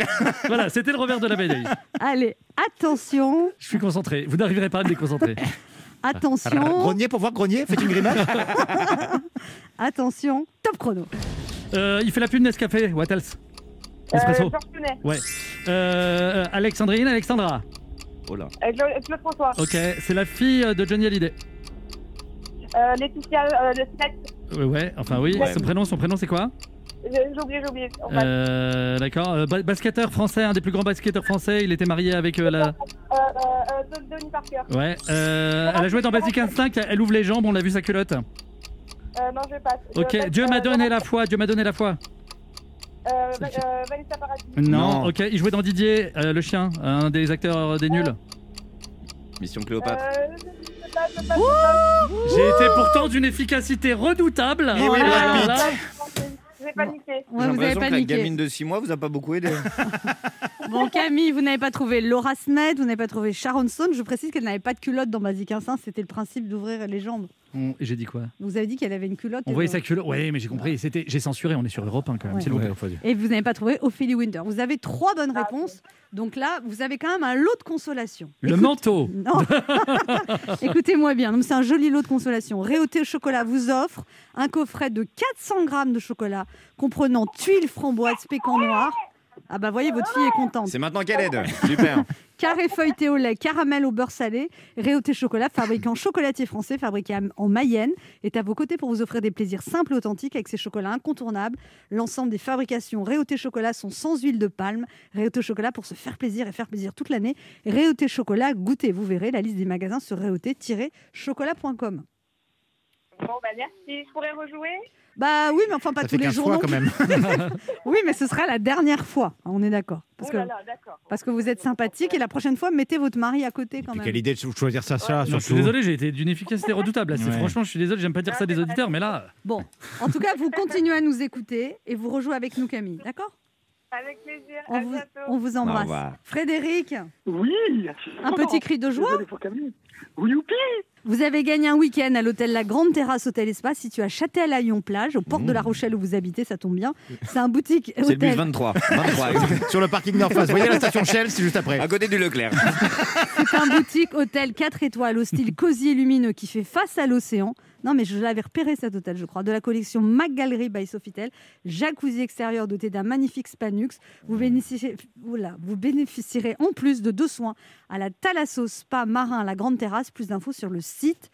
Speaker 7: Voilà, c'était le revers de la médaille.
Speaker 3: Allez, attention,
Speaker 7: Je suis concentré. Ah, Vous n'arriverez pas à me déconcentrer.
Speaker 3: attention,
Speaker 1: Grenier pour voir Grenier Faites une grimace
Speaker 3: attention. Top chrono.
Speaker 7: Euh, il fait la pub Nescafé. What else
Speaker 9: Euh,
Speaker 7: Espresso.
Speaker 9: Georges Clooney,
Speaker 7: Ouais. Euh, euh, Alexandrine, Alexandra.
Speaker 5: Oh
Speaker 9: euh, Claude Claude François,
Speaker 7: Ok, c'est la fille euh, de Johnny Hallyday.
Speaker 9: euh, Laetitia, euh, le Snatch,
Speaker 7: Ouais, ouais, enfin oui.
Speaker 9: Ouais.
Speaker 7: Son prénom, son prénom, c'est quoi
Speaker 9: Euh, j'ai j'ai oublié, j'ai oublié. On passe.
Speaker 7: Euh, D'accord. Euh, ba- basketteur français, un des plus grands basketteurs français. Il était marié avec euh, la.
Speaker 9: Euh, euh, euh, Donny Parker,
Speaker 7: Ouais. euh, elle a joué dans Basic Instinct. Elle ouvre les jambes. On l'a vu sa culotte.
Speaker 9: euh, non, je passe. Je
Speaker 7: Ok.
Speaker 9: passe,
Speaker 7: Dieu
Speaker 9: euh,
Speaker 7: m'a donné
Speaker 9: Laurent-
Speaker 7: la foi. Dieu m'a donné la foi.
Speaker 9: Euh, Va- euh, Vanessa Paradis,
Speaker 7: Non.
Speaker 5: Non.
Speaker 7: Ok. Il jouait dans Didier, euh, le chien, un des acteurs euh, des nuls.
Speaker 5: Mission Cléopâtre.
Speaker 9: euh, je passe, je passe,
Speaker 7: J'ai été pourtant d'une efficacité redoutable.
Speaker 1: Eh oui,
Speaker 7: Oh là
Speaker 1: Brad Pitt.
Speaker 7: là.
Speaker 9: je passe, j'ai paniqué.
Speaker 3: Ouais,
Speaker 4: J'ai
Speaker 3: vous avez
Speaker 4: l'impression que la
Speaker 3: paniqué.
Speaker 4: gamine de 6 mois vous a pas beaucoup aidé.
Speaker 3: Bon, Camille, vous n'avez pas trouvé Laura Smed, vous n'avez pas trouvé Sharon Stone. Je précise qu'elle n'avait pas de culotte dans Basic Instinct. C'était le principe d'ouvrir les jambes.
Speaker 7: On- J'ai dit quoi
Speaker 3: Vous avez dit qu'elle avait une culotte. euh,
Speaker 7: On
Speaker 3: et
Speaker 7: voyait
Speaker 3: de-
Speaker 7: sa culotte. Ouais, mais j'ai compris. C'était. J'ai censuré. On est sur Europe 1 quand même.
Speaker 3: Ouais.
Speaker 7: s'il vous plaît.
Speaker 3: Et vous n'avez pas trouvé Ophélie Winter. Vous avez trois bonnes réponses. Donc là, vous avez quand même un lot de consolation.
Speaker 7: Le manteau.
Speaker 3: Non. Écoutez-moi bien. Donc, C'est un joli lot de consolation. Réauté au chocolat vous offre un coffret de 400 grammes de chocolat comprenant tuiles, framboises, pécan noir. Ah bah voyez, votre fille est contente.
Speaker 4: C'est maintenant qu'elle aide. Super.
Speaker 3: Carré feuilleté au lait, caramel au beurre salé, Réauté chocolat, fabricant chocolatier français, fabriqué à- en Mayenne, est à vos côtés pour vous offrir des plaisirs simples et authentiques avec ses chocolats incontournables. L'ensemble des fabrications Réauté chocolat sont sans huile de palme. Réauté chocolat pour se faire plaisir et faire plaisir toute l'année. Réauté chocolat, goûtez, vous verrez la liste des magasins sur réauté-chocolat.com.
Speaker 9: Bon, bah merci. Je pourrais rejouer
Speaker 3: Bah oui, mais enfin pas
Speaker 1: Ça
Speaker 3: tous
Speaker 1: fait
Speaker 3: les
Speaker 1: 15
Speaker 3: jours.
Speaker 1: fois
Speaker 3: non
Speaker 1: quand
Speaker 3: plus.
Speaker 1: même.
Speaker 3: Oui, mais ce sera la dernière fois, hein, on est d'accord. Parce
Speaker 9: Oh
Speaker 3: que,
Speaker 9: là là, d'accord.
Speaker 3: parce que vous êtes sympathique et la prochaine fois, mettez votre mari à côté quand
Speaker 1: Puis
Speaker 3: même.
Speaker 1: quelle idée de cho- choisir ça, ça,
Speaker 7: euh, Non, je suis
Speaker 1: surtout.
Speaker 7: désolé, j'ai été d'une efficacité redoutable. là. C'est-
Speaker 1: Ouais.
Speaker 7: Franchement, je suis désolé, j'aime pas dire ça des auditeurs, mais là,
Speaker 3: Bon, en tout cas, vous continuez à nous écouter et vous rejouez avec nous, Camille, d'accord
Speaker 9: Avec plaisir.
Speaker 3: on
Speaker 9: à
Speaker 3: vous,
Speaker 9: bientôt.
Speaker 3: on vous
Speaker 5: Au
Speaker 3: embrasse.
Speaker 5: revoir.
Speaker 3: Frédéric,
Speaker 8: Oui
Speaker 3: un petit cri de joie.
Speaker 8: Désolé pour Camille. Oui, youpi
Speaker 3: Vous avez gagné un week-end à l'hôtel La Grande Terrasse Hôtel Espace, situé à Châtel-Aillon-Plage, aux portes de La Rochelle où vous habitez, ça tombe bien. C'est un boutique
Speaker 5: Mmh. C'est le bus
Speaker 3: hôtel.
Speaker 5: 23. 23.
Speaker 1: Sur le parking Nord Face. Vous voyez la station Shell, c'est juste après.
Speaker 4: À côté du Leclerc.
Speaker 8: Ah,
Speaker 3: C'est un boutique hôtel 4 étoiles au style cosy et lumineux qui fait face à l'océan. Non, mais je l'avais repéré cet hôtel, je crois, de la collection Mac Gallery by Sofitel. Jacuzzi extérieur doté d'un magnifique Spanux. Vous bénéficierez, oula, vous bénéficierez en plus de deux soins à la Thalasso Spa Marin à la Grande Terrasse. Plus d'infos sur le site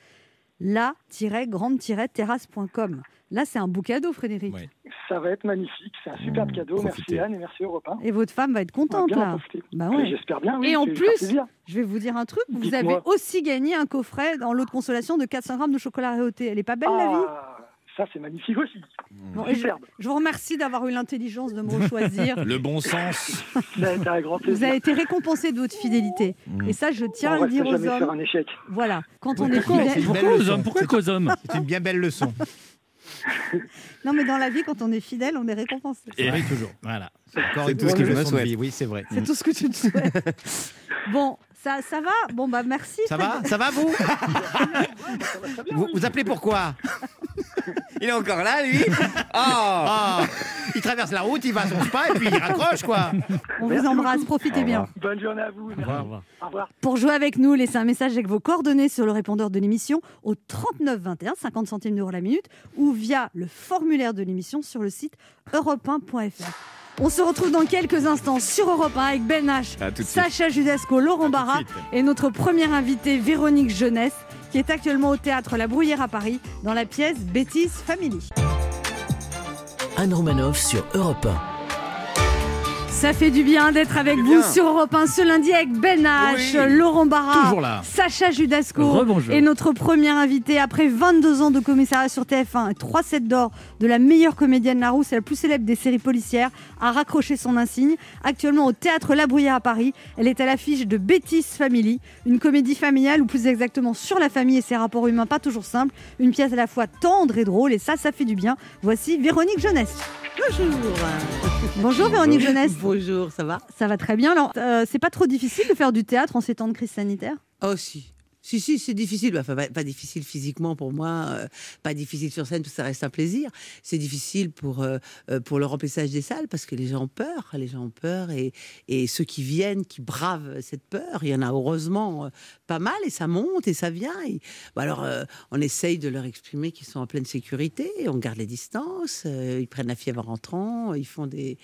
Speaker 3: la-grande-terrasse.com. Là, c'est un beau cadeau, Frédéric.
Speaker 5: Ouais.
Speaker 8: Ça va être magnifique. C'est un superbe cadeau.
Speaker 5: profitez.
Speaker 8: Merci Anne et merci Europe 1.
Speaker 3: Et votre femme va être
Speaker 8: Hein On va
Speaker 3: contente,
Speaker 8: bien en
Speaker 3: là.
Speaker 8: profiter.
Speaker 3: Bah
Speaker 8: Oui,
Speaker 3: ouais.
Speaker 8: J'espère bien. oui,
Speaker 3: Et en
Speaker 8: c'est- ça
Speaker 3: plus-
Speaker 8: fait plaisir.
Speaker 3: Je vais vous dire un truc, vous
Speaker 8: Dites-moi.
Speaker 3: avez aussi gagné un coffret dans l'eau de consolation de 400 grammes de chocolat réauté. Elle est pas belle la vie
Speaker 8: Ah, Ça, c'est magnifique aussi.
Speaker 3: Bon, et je,
Speaker 8: Superbe.
Speaker 3: je vous remercie d'avoir eu l'intelligence de me choisir.
Speaker 5: Le bon sens.
Speaker 8: Ça a été un grand
Speaker 3: Vous
Speaker 8: plaisir.
Speaker 3: avez été récompensé de votre fidélité.
Speaker 5: Mm.
Speaker 3: Et ça, je tiens à
Speaker 8: on
Speaker 3: le dire
Speaker 8: reste
Speaker 3: aux
Speaker 8: jamais sur
Speaker 3: hommes.
Speaker 8: un échec.
Speaker 3: Voilà, quand on est
Speaker 7: pourquoi,
Speaker 1: c'est
Speaker 3: fidèle.
Speaker 1: une belle
Speaker 7: pourquoi aux
Speaker 1: leçon.
Speaker 7: hommes Pourquoi
Speaker 1: C'est-
Speaker 7: qu'aux hommes
Speaker 1: C'est une bien belle leçon.
Speaker 3: Non, mais dans la vie, quand on est fidèle, on est récompensé.
Speaker 1: Et oui, toujours. Voilà. C'est encore
Speaker 5: C'est
Speaker 1: une
Speaker 5: tout ce que
Speaker 1: bonne
Speaker 5: je me
Speaker 1: leçon de
Speaker 5: souhaite.
Speaker 1: vie. Oui, c'est vrai.
Speaker 3: C'est tout ce que tu te souhaites. Bon, ça, ça va Bon, bah merci.
Speaker 1: Ça va Ça va, vous vous, vous appelez pourquoi
Speaker 4: Il est encore là, lui Ah
Speaker 1: Ah, Il traverse la route, il va à son spa et puis il raccroche, quoi.
Speaker 3: On vous
Speaker 8: Merci
Speaker 3: embrasse, profitez bien.
Speaker 8: Bonne journée à vous. Merci. Au revoir.
Speaker 3: Pour jouer avec nous, laissez un message avec vos coordonnées sur le répondeur de l'émission au 39 21, 50 centimes d'euros la minute, ou via le formulaire de l'émission sur le site europe1.fr. On se retrouve dans quelques instants sur Europe 1 avec Ben H,
Speaker 5: À tout de suite.
Speaker 3: Sacha Judasco, Laurent Barra et notre première invitée Véronique Jeunesse, qui est actuellement au théâtre La Bruyère à Paris dans la pièce Bêtise Family.
Speaker 2: Anne Romanoff sur Europe 1.
Speaker 3: Ça fait du bien d'être avec
Speaker 4: fait
Speaker 3: vous
Speaker 4: bien.
Speaker 3: sur Europe 1 ce lundi avec Ben H,
Speaker 4: Oui.
Speaker 3: Laurent Barra,
Speaker 1: Toujours là.
Speaker 3: Sacha Judasco
Speaker 7: Rebonjour.
Speaker 3: et notre premier invité après 22 ans de commissariat sur TF1 et 3 sets d'or de la meilleure comédienne Larousse et la plus célèbre des séries policières a raccroché son insigne. Actuellement au théâtre La Bruyère à Paris, elle est à l'affiche de Bêtise Family, une comédie familiale ou plus exactement sur la famille et ses rapports humains pas toujours simples, une pièce à la fois tendre et drôle et ça ça fait du bien. Voici Véronique Jeunesse. Bonjour. Bonjour Véronique Jeunesse.
Speaker 10: Bonjour, ça va
Speaker 3: Ça va très bien. Alors, euh, c'est pas trop difficile de faire du théâtre en ces temps de crise sanitaire
Speaker 10: Oh si. Si, si, c'est difficile. Enfin, pas, pas difficile physiquement pour moi, euh, pas difficile sur scène, tout ça reste un plaisir. C'est difficile pour, euh, euh, pour le remplissage des salles parce que les gens ont peur. Les gens ont peur et, et ceux qui viennent, qui bravent cette peur, il y en a heureusement euh, pas mal et ça monte et ça vient. Et, bah, alors, euh, on essaye de leur exprimer qu'ils sont en pleine sécurité, on garde les distances, euh, ils prennent la fièvre en rentrant, ils font des.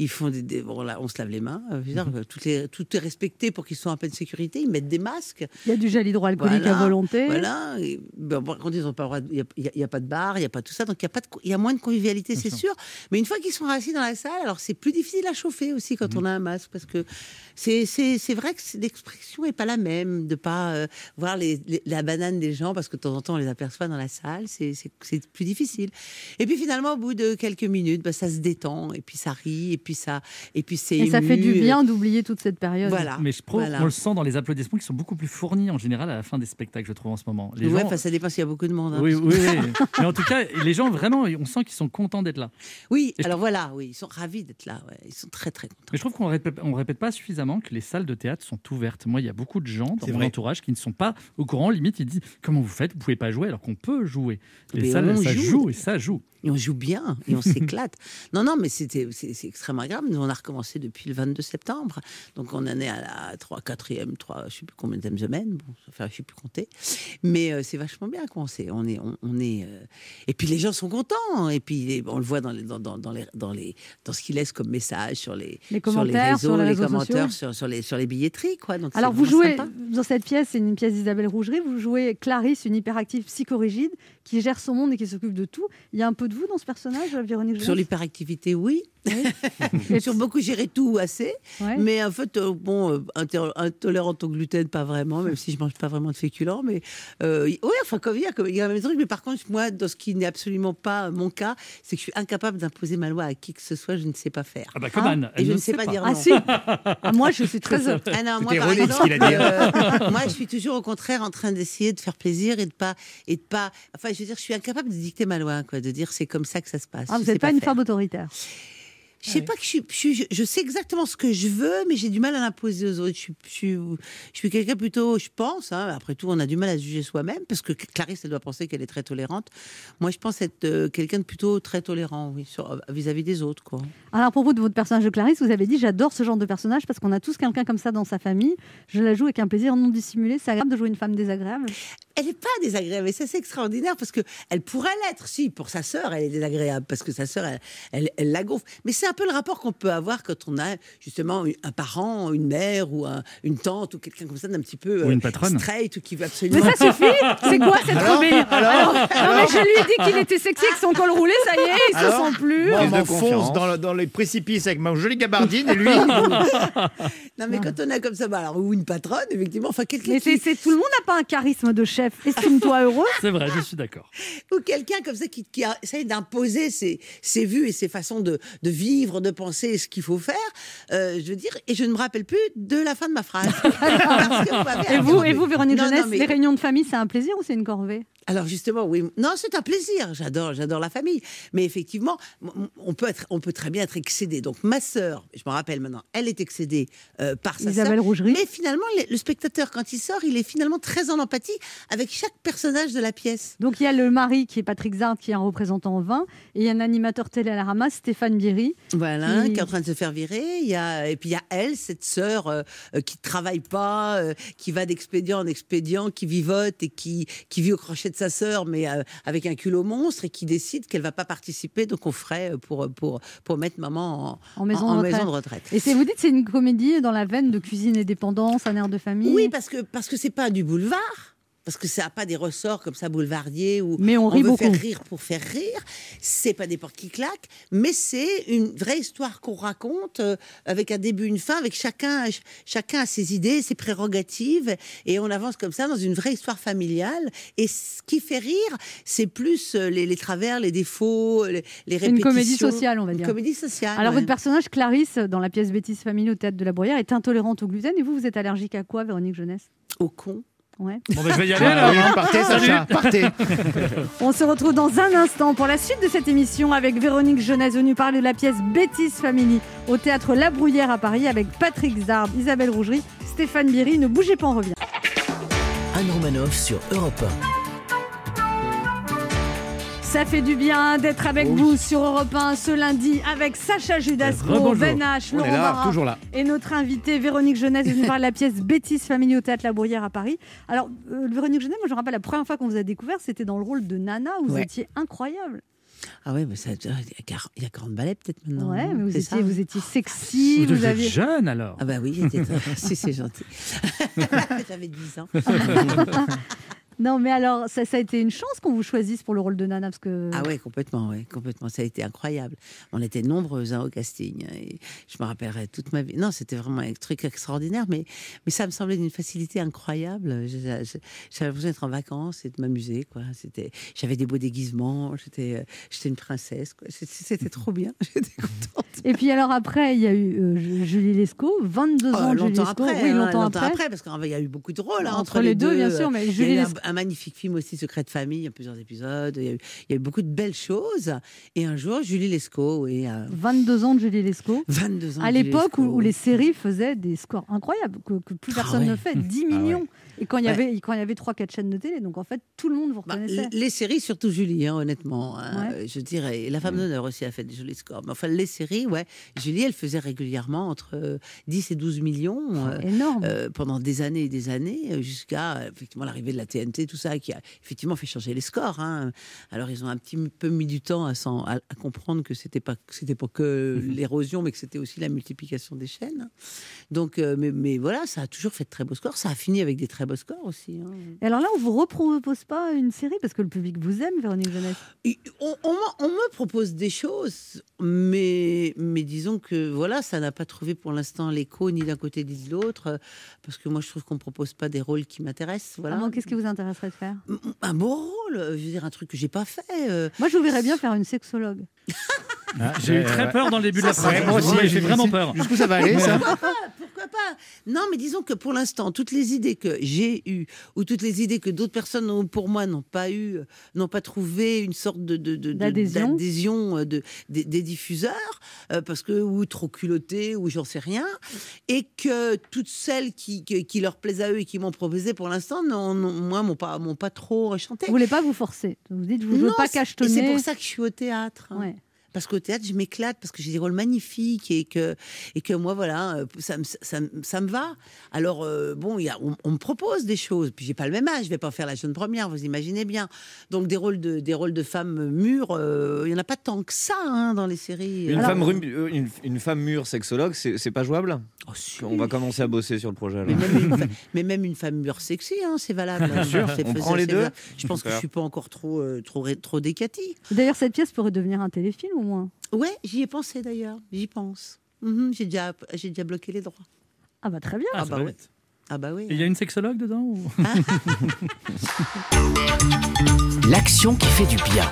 Speaker 10: Ils font des, des- bon, là, on se lave les mains. euh, je veux dire,
Speaker 3: Mhm.
Speaker 10: tout, est, tout est respecté pour qu'ils soient en pleine sécurité, ils mettent des masques.
Speaker 3: Il y a du gel hydroalcoolique
Speaker 10: Voilà,
Speaker 3: à volonté.
Speaker 10: Voilà. et, ben, par contre, ils n'ont pas le droit. de- Il n'y a, il y a pas de bar, il n'y a pas tout ça. Donc, il y, a pas de co- il y a moins de convivialité,
Speaker 7: Mhm.
Speaker 10: c'est sûr. Mais une fois qu'ils sont assis dans la salle, alors c'est plus difficile à chauffer aussi
Speaker 7: Mhm.
Speaker 10: quand on a un masque. Parce que c'est- c'est c'est vrai que c'est- l'expression n'est pas la même de pas euh, voir les- les- la banane des gens parce que de temps en temps, on les aperçoit dans la salle. C'est c'est- c'est plus difficile. Et puis finalement, au bout de quelques minutes, ben, ça se détend. Et puis ça rit. Et puis ça. Et puis c'est.
Speaker 3: Et ça fait du
Speaker 10: ému, euh,
Speaker 3: bien d'oublier toute cette période.
Speaker 10: Voilà.
Speaker 7: Mais je trouve
Speaker 10: Voilà.
Speaker 7: on le sent dans les applaudissements qui sont beaucoup plus fournis en général à la fin des spectacles, je trouve en ce moment. Les
Speaker 10: ouais,
Speaker 7: gens-
Speaker 10: enfin, ça dépend s'il y a beaucoup de monde. hein,
Speaker 7: Oui,
Speaker 10: parce que-
Speaker 7: oui, oui. Mais en tout cas, les gens vraiment, on sent qu'ils sont contents d'être là.
Speaker 10: Oui,
Speaker 7: Et je
Speaker 10: alors voilà, oui, ils sont ravis d'être là, ouais, ils sont très très contents.
Speaker 7: Mais je trouve qu'on répète, on répète pas suffisamment que les salles de théâtre sont ouvertes. Moi, il y a beaucoup de gens dans
Speaker 1: C'est
Speaker 7: mon
Speaker 1: vrai.
Speaker 7: entourage qui ne sont pas au courant. Limite, ils disent comment vous faites Vous pouvez pas jouer alors qu'on peut jouer. Les
Speaker 10: Mais
Speaker 7: salles,
Speaker 10: on
Speaker 7: ça
Speaker 10: joue.
Speaker 7: joue. et ça joue.
Speaker 10: Et on joue bien, et on s'éclate. Non, non, mais c'était c'est c'est extrêmement agréable. Nous, on a recommencé depuis le 22 septembre, donc on en est à la 3, 4e, 3, je sais plus combien de semaine, bon, ça fait- je sais plus compter. Mais euh, c'est vachement bien qu'on s'est- on est, on, on est. euh, Et puis les gens sont contents, et puis les- on le voit dans les, dans, dans, dans les, dans les, dans ce qu'ils laissent comme message sur les,
Speaker 3: Les
Speaker 10: sur les
Speaker 3: commentaires,
Speaker 10: réseaux,
Speaker 3: sur les réseaux,
Speaker 10: les commentaires,
Speaker 3: sociaux.
Speaker 10: sur, sur les, sur les billetteries, quoi. Donc c'est
Speaker 3: Alors, vous
Speaker 10: vraiment
Speaker 3: jouez
Speaker 10: sympa.
Speaker 3: dans cette pièce, c'est une pièce d'Isabelle Rougerie, vous jouez Clarisse, une hyperactive psychorigide qui gère son monde et qui s'occupe de tout. Il y a un peu de vous dans ce personnage, Véronique
Speaker 10: Sur
Speaker 3: Jeunesse
Speaker 10: l'hyperactivité, oui.
Speaker 3: Et
Speaker 10: Sur beaucoup, gérer tout ou assez.
Speaker 3: Ouais.
Speaker 10: Mais en fait, euh, bon, euh, inter- intolérante au gluten, pas vraiment, même si je mange pas vraiment de féculents. Mais euh, oui, enfin, comme il y a, comme il y a le même truc. Mais par contre, moi, dans ce qui n'est absolument pas mon cas, c'est que je suis incapable d'imposer ma loi à qui que ce soit. Je ne sais pas faire.
Speaker 7: Ah bah, comme
Speaker 3: Ah,
Speaker 7: Anne,
Speaker 10: Et
Speaker 7: elle
Speaker 10: je
Speaker 7: ne
Speaker 10: ne sais pas, dire non.
Speaker 3: Ah si Ah, Moi, je suis très heureux.
Speaker 10: Ah non, moi,
Speaker 1: C'était
Speaker 10: par
Speaker 1: ironique ce
Speaker 10: exemple,
Speaker 1: qu'il a dit.
Speaker 10: euh, moi, je suis toujours au contraire en train d'essayer de faire plaisir et de pas, et de pas. Enfin, je veux dire, je suis incapable de dicter ma loi, quoi, de dire c'est comme ça que ça se passe.
Speaker 3: Ah, vous
Speaker 10: Je sais
Speaker 3: n'êtes pas, une
Speaker 10: faire.
Speaker 3: femme autoritaire.
Speaker 10: Je sais pas que je, suis- je, suis- je sais exactement ce que je veux, mais j'ai du mal à l'imposer aux autres. Je suis, je suis, je suis quelqu'un plutôt, je pense. hein, après tout, on a du mal à se juger soi-même parce que Clarisse, elle doit penser qu'elle est très tolérante. Moi, je pense être euh, quelqu'un de plutôt très tolérant, oui, sur- vis-à-vis des autres, quoi.
Speaker 3: Alors, à propos de votre personnage de Clarisse, vous avez dit j'adore ce genre de personnage parce qu'on a tous quelqu'un comme ça dans sa famille. Je la joue avec un plaisir non dissimulé. C'est agréable de jouer une femme désagréable.
Speaker 10: Elle n'est pas désagréable, et ça c'est extraordinaire parce que elle pourrait l'être, si pour sa sœur elle est désagréable parce que sa sœur elle, elle, elle la gonfle. Mais c'est un peu le rapport qu'on peut avoir quand on a justement un parent, une mère ou un- une tante ou quelqu'un comme ça d'un petit peu euh,
Speaker 7: Ou une patronne.
Speaker 10: straight ou qui veut absolument.
Speaker 3: Mais ça suffit C'est quoi cette
Speaker 1: Alors
Speaker 3: rebelle Alors, Non mais je lui ai dit qu'il était sexy avec son col roulé, ça y est, il se
Speaker 1: Alors
Speaker 3: sent plus.
Speaker 1: Moi,
Speaker 4: Prise
Speaker 1: je
Speaker 4: de
Speaker 1: m'enfonce
Speaker 4: confiance.
Speaker 1: dans, le- dans les précipices avec ma jolie gabardine et lui.
Speaker 10: Non, mais quand on a comme ça, bah, alors, ou une patronne, effectivement, enfin, quelqu'un
Speaker 3: Mais c'est,
Speaker 10: qui,
Speaker 3: c'est- tout le monde n'a pas un charisme de chef. Estime-toi heureux.
Speaker 7: C'est vrai, je suis d'accord.
Speaker 10: ou quelqu'un comme ça qui, qui a- essaye d'imposer ses, ses vues et ses façons de, de vivre, de penser et ce qu'il faut faire, euh, je veux dire, et je ne me rappelle plus de la fin de ma phrase. Parce que m'avez
Speaker 3: Et vous,
Speaker 10: interrompu.
Speaker 3: et vous Véronique
Speaker 10: Non, non,
Speaker 3: Jeunesse,
Speaker 10: mais-
Speaker 3: les réunions de famille, c'est un plaisir ou c'est une corvée
Speaker 10: Alors justement, oui. Non, c'est un plaisir. J'adore, j'adore la famille. Mais effectivement, m- on peut être, on peut très bien être excédé. Donc ma sœur, je m'en rappelle maintenant, elle est excédée euh, par sa
Speaker 3: Isabelle
Speaker 10: sœur.
Speaker 3: Rougerie.
Speaker 10: Mais finalement, le, le spectateur, quand il sort, il est finalement très en empathie avec chaque personnage de la pièce.
Speaker 3: Donc il y a le mari qui est Patrick Zard, qui est un représentant en vin, et il y a un animateur télé à la ramasse, Stéphane Bierry.
Speaker 10: Voilà,
Speaker 3: Qui-
Speaker 10: qui est en train de se faire virer. Il y a, et puis il y a elle, cette sœur euh, euh, qui travaille pas, euh, qui va d'expédient en expédient, qui vivote et qui, qui vit au crochet de sa sœur, mais euh, avec un culot monstre et qui décide qu'elle va pas participer. Donc on ferait euh, pour, pour, pour mettre maman en,
Speaker 3: En maison de retraite.
Speaker 10: retraite.
Speaker 3: Et c'est, vous dites, c'est une comédie dans la veine de cuisine et dépendance, un air de famille.
Speaker 10: Oui, parce que parce que c'est pas du boulevard. parce que ça n'a pas des ressorts comme ça boulevardiers où
Speaker 3: Mais on rit
Speaker 10: veut faire
Speaker 3: beaucoup.
Speaker 10: rire pour faire rire. C'est pas des portes qui claquent, mais c'est une vraie histoire qu'on raconte euh, avec un début, une fin, avec chacun, ch- chacun a ses idées, ses prérogatives, et on avance comme ça dans une vraie histoire familiale. Et ce qui fait rire, c'est plus euh, les, les travers, les défauts, les, les
Speaker 3: Une
Speaker 10: répétitions.
Speaker 3: comédie sociale, on va
Speaker 10: Une
Speaker 3: dire.
Speaker 10: comédie sociale.
Speaker 3: Alors,
Speaker 10: ouais.
Speaker 3: votre personnage, Clarisse, dans la pièce Bêtise Famille au théâtre de la Bruyère, est intolérante au gluten. Et vous, vous êtes allergique à quoi, Véronique Jeunesse
Speaker 10: Au con.
Speaker 3: Ouais.
Speaker 7: Bon, ben, je vais y aller
Speaker 1: Ah
Speaker 7: alors.
Speaker 1: oui,
Speaker 7: hein.
Speaker 1: partez,
Speaker 7: Salut.
Speaker 1: Sacha, partez.
Speaker 3: On se retrouve dans un instant pour la suite de cette émission avec Véronique Jeunesse, venue parler de la pièce Bêtise Family au théâtre La Bruyère à Paris avec Patrick Zard, Isabelle Rougerie, Stéphane Biry. Ne bougez pas, on revient.
Speaker 2: Anne Romanoff sur Europe
Speaker 3: Ça fait du bien d'être avec vous sur Europe 1 ce lundi avec Sacha Judasco,
Speaker 7: Rebonjour.
Speaker 3: Ben H,
Speaker 1: On
Speaker 3: Laurent
Speaker 1: est là,
Speaker 3: Barra
Speaker 1: toujours là.
Speaker 3: et notre invitée Véronique Jeunesse, venue parler de la pièce Bêtise Family au théâtre La Bruyère à Paris. Alors, euh, Véronique Jeunesse, moi je me rappelle la première fois qu'on vous a découvert, c'était dans le rôle de Nana, où vous
Speaker 10: Ouais.
Speaker 3: étiez incroyable.
Speaker 10: Ah ouais, mais ça, il y a 40 il y a 40 balais peut-être maintenant.
Speaker 3: ouais,
Speaker 10: non
Speaker 3: mais vous
Speaker 10: C'est ça
Speaker 3: étiez, vous étiez sexy, vous
Speaker 7: êtes
Speaker 3: aviez.
Speaker 7: jeune alors.
Speaker 10: Ah bah oui, j'étais si c'est gentil. J'avais 10 ans.
Speaker 3: Non, mais alors, ça, ça a été une chance qu'on vous choisisse pour le rôle de Nana, parce que.
Speaker 10: Ah ouais, complètement, ouais, complètement. Ça a été incroyable. On était nombreuses hein, au casting. Et je me rappellerai toute ma vie. Non, c'était vraiment un truc extraordinaire, mais, mais ça me semblait d'une facilité incroyable. Je- je- je- J'avais l'impression d'être en vacances et de m'amuser, quoi. C'était, j'avais des beaux déguisements. J'étais, euh, j'étais une princesse. quoi. C'était- C'était trop bien. J'étais contente.
Speaker 3: Et puis alors après, il y a eu euh, Ju- Julie Lescaut, 22
Speaker 10: Oh,
Speaker 3: ans de Julie
Speaker 10: longtemps
Speaker 3: Lescaut.
Speaker 10: après,
Speaker 3: oui,
Speaker 10: hein,
Speaker 3: longtemps, après.
Speaker 10: parce qu'il y a eu beaucoup de rôles hein,
Speaker 3: Entre les deux, bien
Speaker 10: euh,
Speaker 3: sûr, mais
Speaker 10: il y a
Speaker 3: Julie
Speaker 10: eu un,
Speaker 3: Lescaut-
Speaker 10: un magnifique film aussi, Secret de famille, il y a plusieurs épisodes, il y a eu, il y a eu beaucoup de belles choses. Et un jour, Julie Lescaut, euh, et
Speaker 3: 22 ans de Julie Lescaut.
Speaker 10: 22 ans.
Speaker 3: À
Speaker 10: de Julie
Speaker 3: l'époque où,
Speaker 10: Lescaut.
Speaker 3: où les séries faisaient des scores incroyables, que, que plus
Speaker 10: Ah
Speaker 3: personne ne
Speaker 10: ouais.
Speaker 3: fait, 10 millions. Et quand il y avait, quand il y avait 3-4 chaînes de télé, donc en fait, tout le monde vous
Speaker 10: Bah,
Speaker 3: reconnaissait.
Speaker 10: les séries, surtout Julie, hein, honnêtement. hein,
Speaker 3: Ouais.
Speaker 10: euh, Je dirais. Et La femme d'honneur aussi a fait des jolis scores. Mais enfin, les séries, ouais. Julie, elle faisait régulièrement entre euh, 10 et 12 millions. euh,
Speaker 3: Ah, Énorme.
Speaker 10: euh, pendant des années et des années, euh, jusqu'à euh, effectivement l'arrivée de la TNT, tout ça, qui a effectivement fait changer les scores. hein. Alors ils ont un petit peu mis du temps à, s'en- à- à comprendre que c'était pas que c'était pas que l'érosion, mais que c'était aussi la multiplication des chaînes. Donc, euh, mais, mais voilà, ça a toujours fait de très beaux scores. Ça a fini avec des très beaux scores aussi. hein.
Speaker 3: Et alors là, on vous repropose pas une série parce que le public vous aime, Véronique Jeunesse.
Speaker 10: Et On, on me- on me propose des choses, mais, mais disons que voilà, ça n'a pas trouvé pour l'instant l'écho ni d'un côté ni de l'autre, euh, parce que moi je trouve qu'on ne propose pas des rôles qui m'intéressent. Voilà. Bah,
Speaker 3: Vraiment, qu'est-ce qui vous intéresserait de faire
Speaker 10: M- Un beau rôle, euh, je veux dire un truc que j'ai pas fait. euh,
Speaker 3: Moi, je vous verrais bien faire une sexologue.
Speaker 1: Ah, euh,
Speaker 7: J'ai eu très peur dans le début de la
Speaker 1: Ouais,
Speaker 7: phrase.
Speaker 1: moi aussi,
Speaker 7: Ouais, j'ai vraiment peur.
Speaker 1: Jusqu'où ça va aller, ça
Speaker 10: pourquoi pas Non, mais disons que pour l'instant, toutes les idées que j'ai eues ou toutes les idées que d'autres personnes ont, pour moi n'ont pas eu, euh, n'ont pas trouvé une sorte de de- de- de-
Speaker 3: D'adhésion.
Speaker 10: d'adhésion euh, de, des, des diffuseurs euh, parce que ou trop culotté ou j'en sais rien et que toutes celles qui, qui, qui leur plaisent à eux et qui m'ont proposé pour l'instant, non, non, moi m'ont pas m'ont pas trop chanté.
Speaker 3: Vous voulez pas vous forcer. Vous dites, vous ne
Speaker 10: Non,
Speaker 3: voulez pas
Speaker 10: c'est- et C'est
Speaker 3: cachetonner.
Speaker 10: pour ça que je suis au théâtre. hein.
Speaker 3: Ouais.
Speaker 10: Parce qu'au théâtre, je m'éclate, parce que j'ai des rôles magnifiques et que, et que moi, voilà, euh, ça, me- ça, me- ça me va. Alors, euh, bon, il y a, on, on me propose des choses. Puis, j'ai pas le même âge, je vais pas faire la jeune première, vous imaginez bien. Donc, des rôles de, des rôles de femmes mûres, euh, il y en a pas tant que ça hein, dans les séries.
Speaker 5: Une,
Speaker 3: Alors-
Speaker 5: femme rum- euh, une, une femme mûre sexologue, c'est c'est pas jouable
Speaker 10: Oh, si.
Speaker 5: On va commencer à bosser sur le projet. Là.
Speaker 10: Mais même, une fa- mais même une femme mûre sexy, hein, c'est valable. Bien
Speaker 5: sûr, on prend les deux.
Speaker 10: Je pense que je suis pas encore trop, euh, trop, ré- trop décatie.
Speaker 3: D'ailleurs, cette pièce pourrait devenir un téléfilm au moins.
Speaker 10: Ouais, j'y ai pensé d'ailleurs, j'y pense. Mhm, j'ai déjà, j'ai déjà bloqué les droits.
Speaker 3: Ah bah très bien.
Speaker 10: Ah
Speaker 7: c'est
Speaker 10: bah
Speaker 7: pas
Speaker 10: oui.
Speaker 7: bête.
Speaker 10: Ah bah oui.
Speaker 7: Et Il y a une sexologue dedans ou-
Speaker 2: 1. L'action qui fait du bien.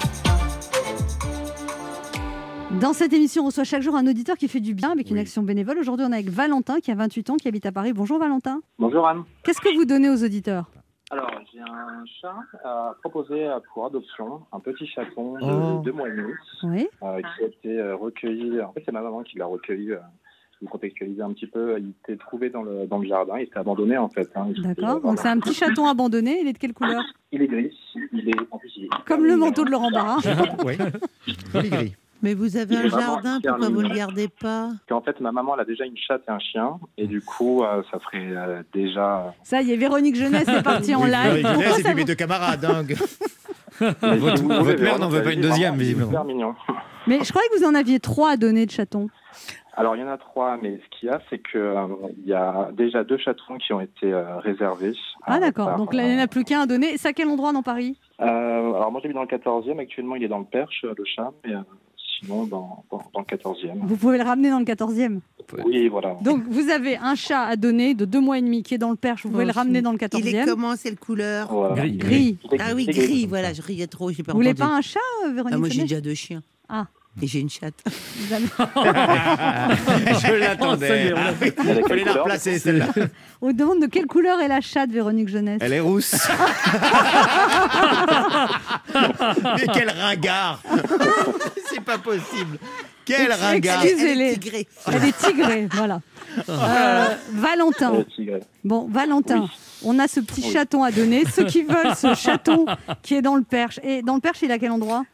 Speaker 3: Dans cette émission, on reçoit chaque jour un auditeur qui fait du bien avec une
Speaker 5: Oui.
Speaker 3: action bénévole. Aujourd'hui, on est avec Valentin qui a 28 ans, qui habite à Paris. Bonjour Valentin.
Speaker 8: Bonjour Anne.
Speaker 3: Qu'est-ce que vous donnez aux auditeurs
Speaker 8: Alors, j'ai un chat à proposer euh, pour adoption, un petit chaton de
Speaker 5: Oh.
Speaker 8: deux mois et demi,
Speaker 3: Oui. Ah.
Speaker 8: euh, qui a été euh, recueilli. En fait, c'est ma maman qui l'a recueilli. euh, vous contextualiser un petit peu, il était trouvé dans le, dans le jardin, il était abandonné en fait. hein. Il était, euh,
Speaker 3: D'accord. Donc
Speaker 8: vraiment-
Speaker 3: c'est un petit chaton abandonné. Il est de quelle couleur
Speaker 8: Il est gris, il est en plus, il est-
Speaker 3: Comme le manteau de Laurent Barra.
Speaker 1: Oui. Joli gris.
Speaker 10: Mais vous avez
Speaker 8: Il
Speaker 10: un
Speaker 8: est vraiment hein.
Speaker 10: jardin,
Speaker 8: hyper
Speaker 10: pourquoi vous
Speaker 8: mignon.
Speaker 10: le gardez pas
Speaker 8: En fait, ma maman, elle a déjà une chatte et un chien, et du coup, euh, ça ferait euh, déjà. euh,
Speaker 3: Ça y est, Véronique Jeunesse est partie en
Speaker 1: Oui,
Speaker 3: live.
Speaker 1: Valérie Jeunesse
Speaker 3: Pourquoi
Speaker 1: et
Speaker 3: ça
Speaker 1: puis
Speaker 3: vous-
Speaker 1: mes deux camarades, hein, dingue.
Speaker 8: Mais si
Speaker 5: Votre-
Speaker 8: vous
Speaker 5: votre
Speaker 8: voulez, hein,
Speaker 5: mère n'en
Speaker 8: vraiment,
Speaker 5: veut pas
Speaker 8: c'est
Speaker 5: une deuxième,
Speaker 8: vraiment
Speaker 5: visiblement.
Speaker 8: Super mignon.
Speaker 3: Mais je croyais que vous en aviez trois à donner de chatons.
Speaker 8: Alors, il y en a trois, mais ce qu'il y a, c'est que euh, il y a déjà deux chatons qui ont été euh, réservés.
Speaker 3: Ah
Speaker 8: euh,
Speaker 3: d'accord,
Speaker 8: par-
Speaker 3: donc là il n'y en a plus qu'un à donner. C'est à quel endroit dans Paris
Speaker 8: Euh, alors, moi, j'habite dans le 14e. Actuellement, il est dans le Perche, le chat, mais euh, sinon, dans, dans, dans le 14e.
Speaker 3: Vous pouvez le ramener dans le 14e.
Speaker 8: Oui, voilà.
Speaker 3: Donc vous avez un chat à donner de deux mois et demi qui est dans le perche, vous pouvez le ramener dans le 14e.
Speaker 10: Il est comment, c'est le couleur
Speaker 8: Voilà.
Speaker 10: Gris.
Speaker 3: Gris.
Speaker 10: Ah oui, gris, voilà, je riais trop, j'ai pas
Speaker 3: Vous voulez
Speaker 10: entendu.
Speaker 3: pas un chat, euh, Véronique
Speaker 10: Ah, Moi, j'ai
Speaker 3: Sonnet
Speaker 10: déjà deux chiens.
Speaker 3: Ah.
Speaker 10: Et j'ai une chatte.
Speaker 3: vous avez-
Speaker 4: Je l'attendais.
Speaker 1: Ah oui,
Speaker 4: Elle a quelle
Speaker 1: fallait la
Speaker 4: couleur
Speaker 1: replacer celle-là.
Speaker 3: On demande de quelle couleur est la chatte, Véronique Jeunesse
Speaker 4: Elle est rousse.
Speaker 1: Mais quel ringard C'est pas possible. Quel
Speaker 3: Ex-
Speaker 1: ringard
Speaker 3: Excusez-les.
Speaker 10: Tigré.
Speaker 3: Elle est tigrée, voilà. Euh, Valentin.
Speaker 8: Le tigre.
Speaker 3: Bon, Valentin,
Speaker 8: Oui.
Speaker 3: on a ce petit
Speaker 8: Oui.
Speaker 3: chaton à donner. Ceux qui veulent ce chaton qui est dans le perche. Et dans le perche, il est à quel endroit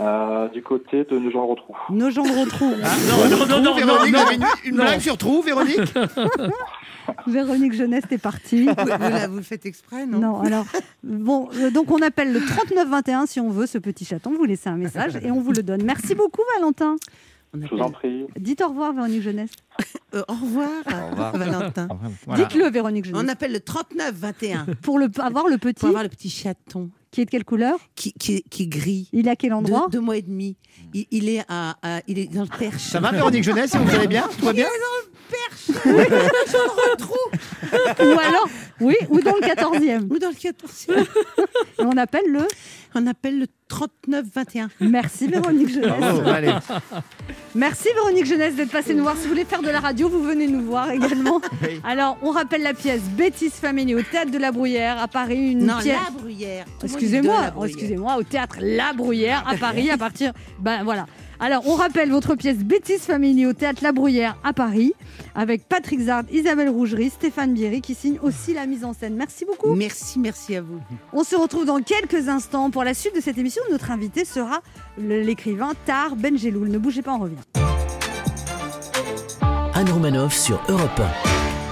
Speaker 8: Euh, du côté de Nogent-Rotrou.
Speaker 3: Nos gens hein. le retrouvent.
Speaker 1: Ah, non, non, non, non, Véronique,
Speaker 6: non,
Speaker 1: vous avez une, une
Speaker 6: non.
Speaker 1: blague sur trou, Véronique
Speaker 3: Véronique Jeunesse est partie.
Speaker 10: Vous, vous la- vous le faites exprès, non
Speaker 3: Non, alors, bon, euh, donc on appelle le 3921 si on veut ce petit chaton. Vous laissez un message et on vous le donne. Merci beaucoup, Valentin.
Speaker 10: On
Speaker 8: Je vous en prie.
Speaker 3: Dites au revoir, Véronique Jeunesse.
Speaker 10: Euh, au revoir, Valentin.
Speaker 1: Voilà.
Speaker 3: Dites-le, Véronique
Speaker 10: On
Speaker 3: Jeunesse.
Speaker 10: appelle le 39-21
Speaker 3: Pour le, avoir le petit,
Speaker 10: pour avoir le petit chaton
Speaker 3: qui est de quelle couleur
Speaker 10: qui, qui, qui grille.
Speaker 3: Il est à quel endroit
Speaker 10: Deux, deux mois et demi. Il, il est à, à- il est dans le perche.
Speaker 1: Ça va, Véronique Jeunesse Vous allez bien Tout va bien
Speaker 3: Ou alors, oui, ou dans le 14e.
Speaker 10: Ou dans le 14e.
Speaker 3: Et on appelle le.
Speaker 10: On appelle le 39-21.
Speaker 3: Merci Véronique Jeunesse.
Speaker 1: Bravo, allez.
Speaker 3: Merci Véronique Jeunesse d'être passée nous voir. Si vous voulez faire de la radio, vous venez nous voir également. Alors, on rappelle la pièce Bêtise Family au théâtre de la Bruyère à Paris. Une
Speaker 10: Non,
Speaker 3: pièce.
Speaker 10: la bruyère. Tout le monde dit de la
Speaker 3: Excusez-moi,
Speaker 10: Bruyère. Ah, bah
Speaker 3: excusez-moi, au théâtre La Bruyère à Paris à partir. Ben voilà. Alors, on rappelle votre pièce Bêtise Family au théâtre La Bruyère à Paris avec Patrick Zard, Isabelle Rougerie, Stéphane Bierry qui signe aussi la mise en scène. Merci beaucoup.
Speaker 10: Merci, merci à vous.
Speaker 3: On se retrouve dans quelques instants pour la suite de cette émission. Notre invité sera le- l'écrivain Tar Benjeloul. Ne bougez pas, on revient.
Speaker 2: Anne Romanoff sur Europe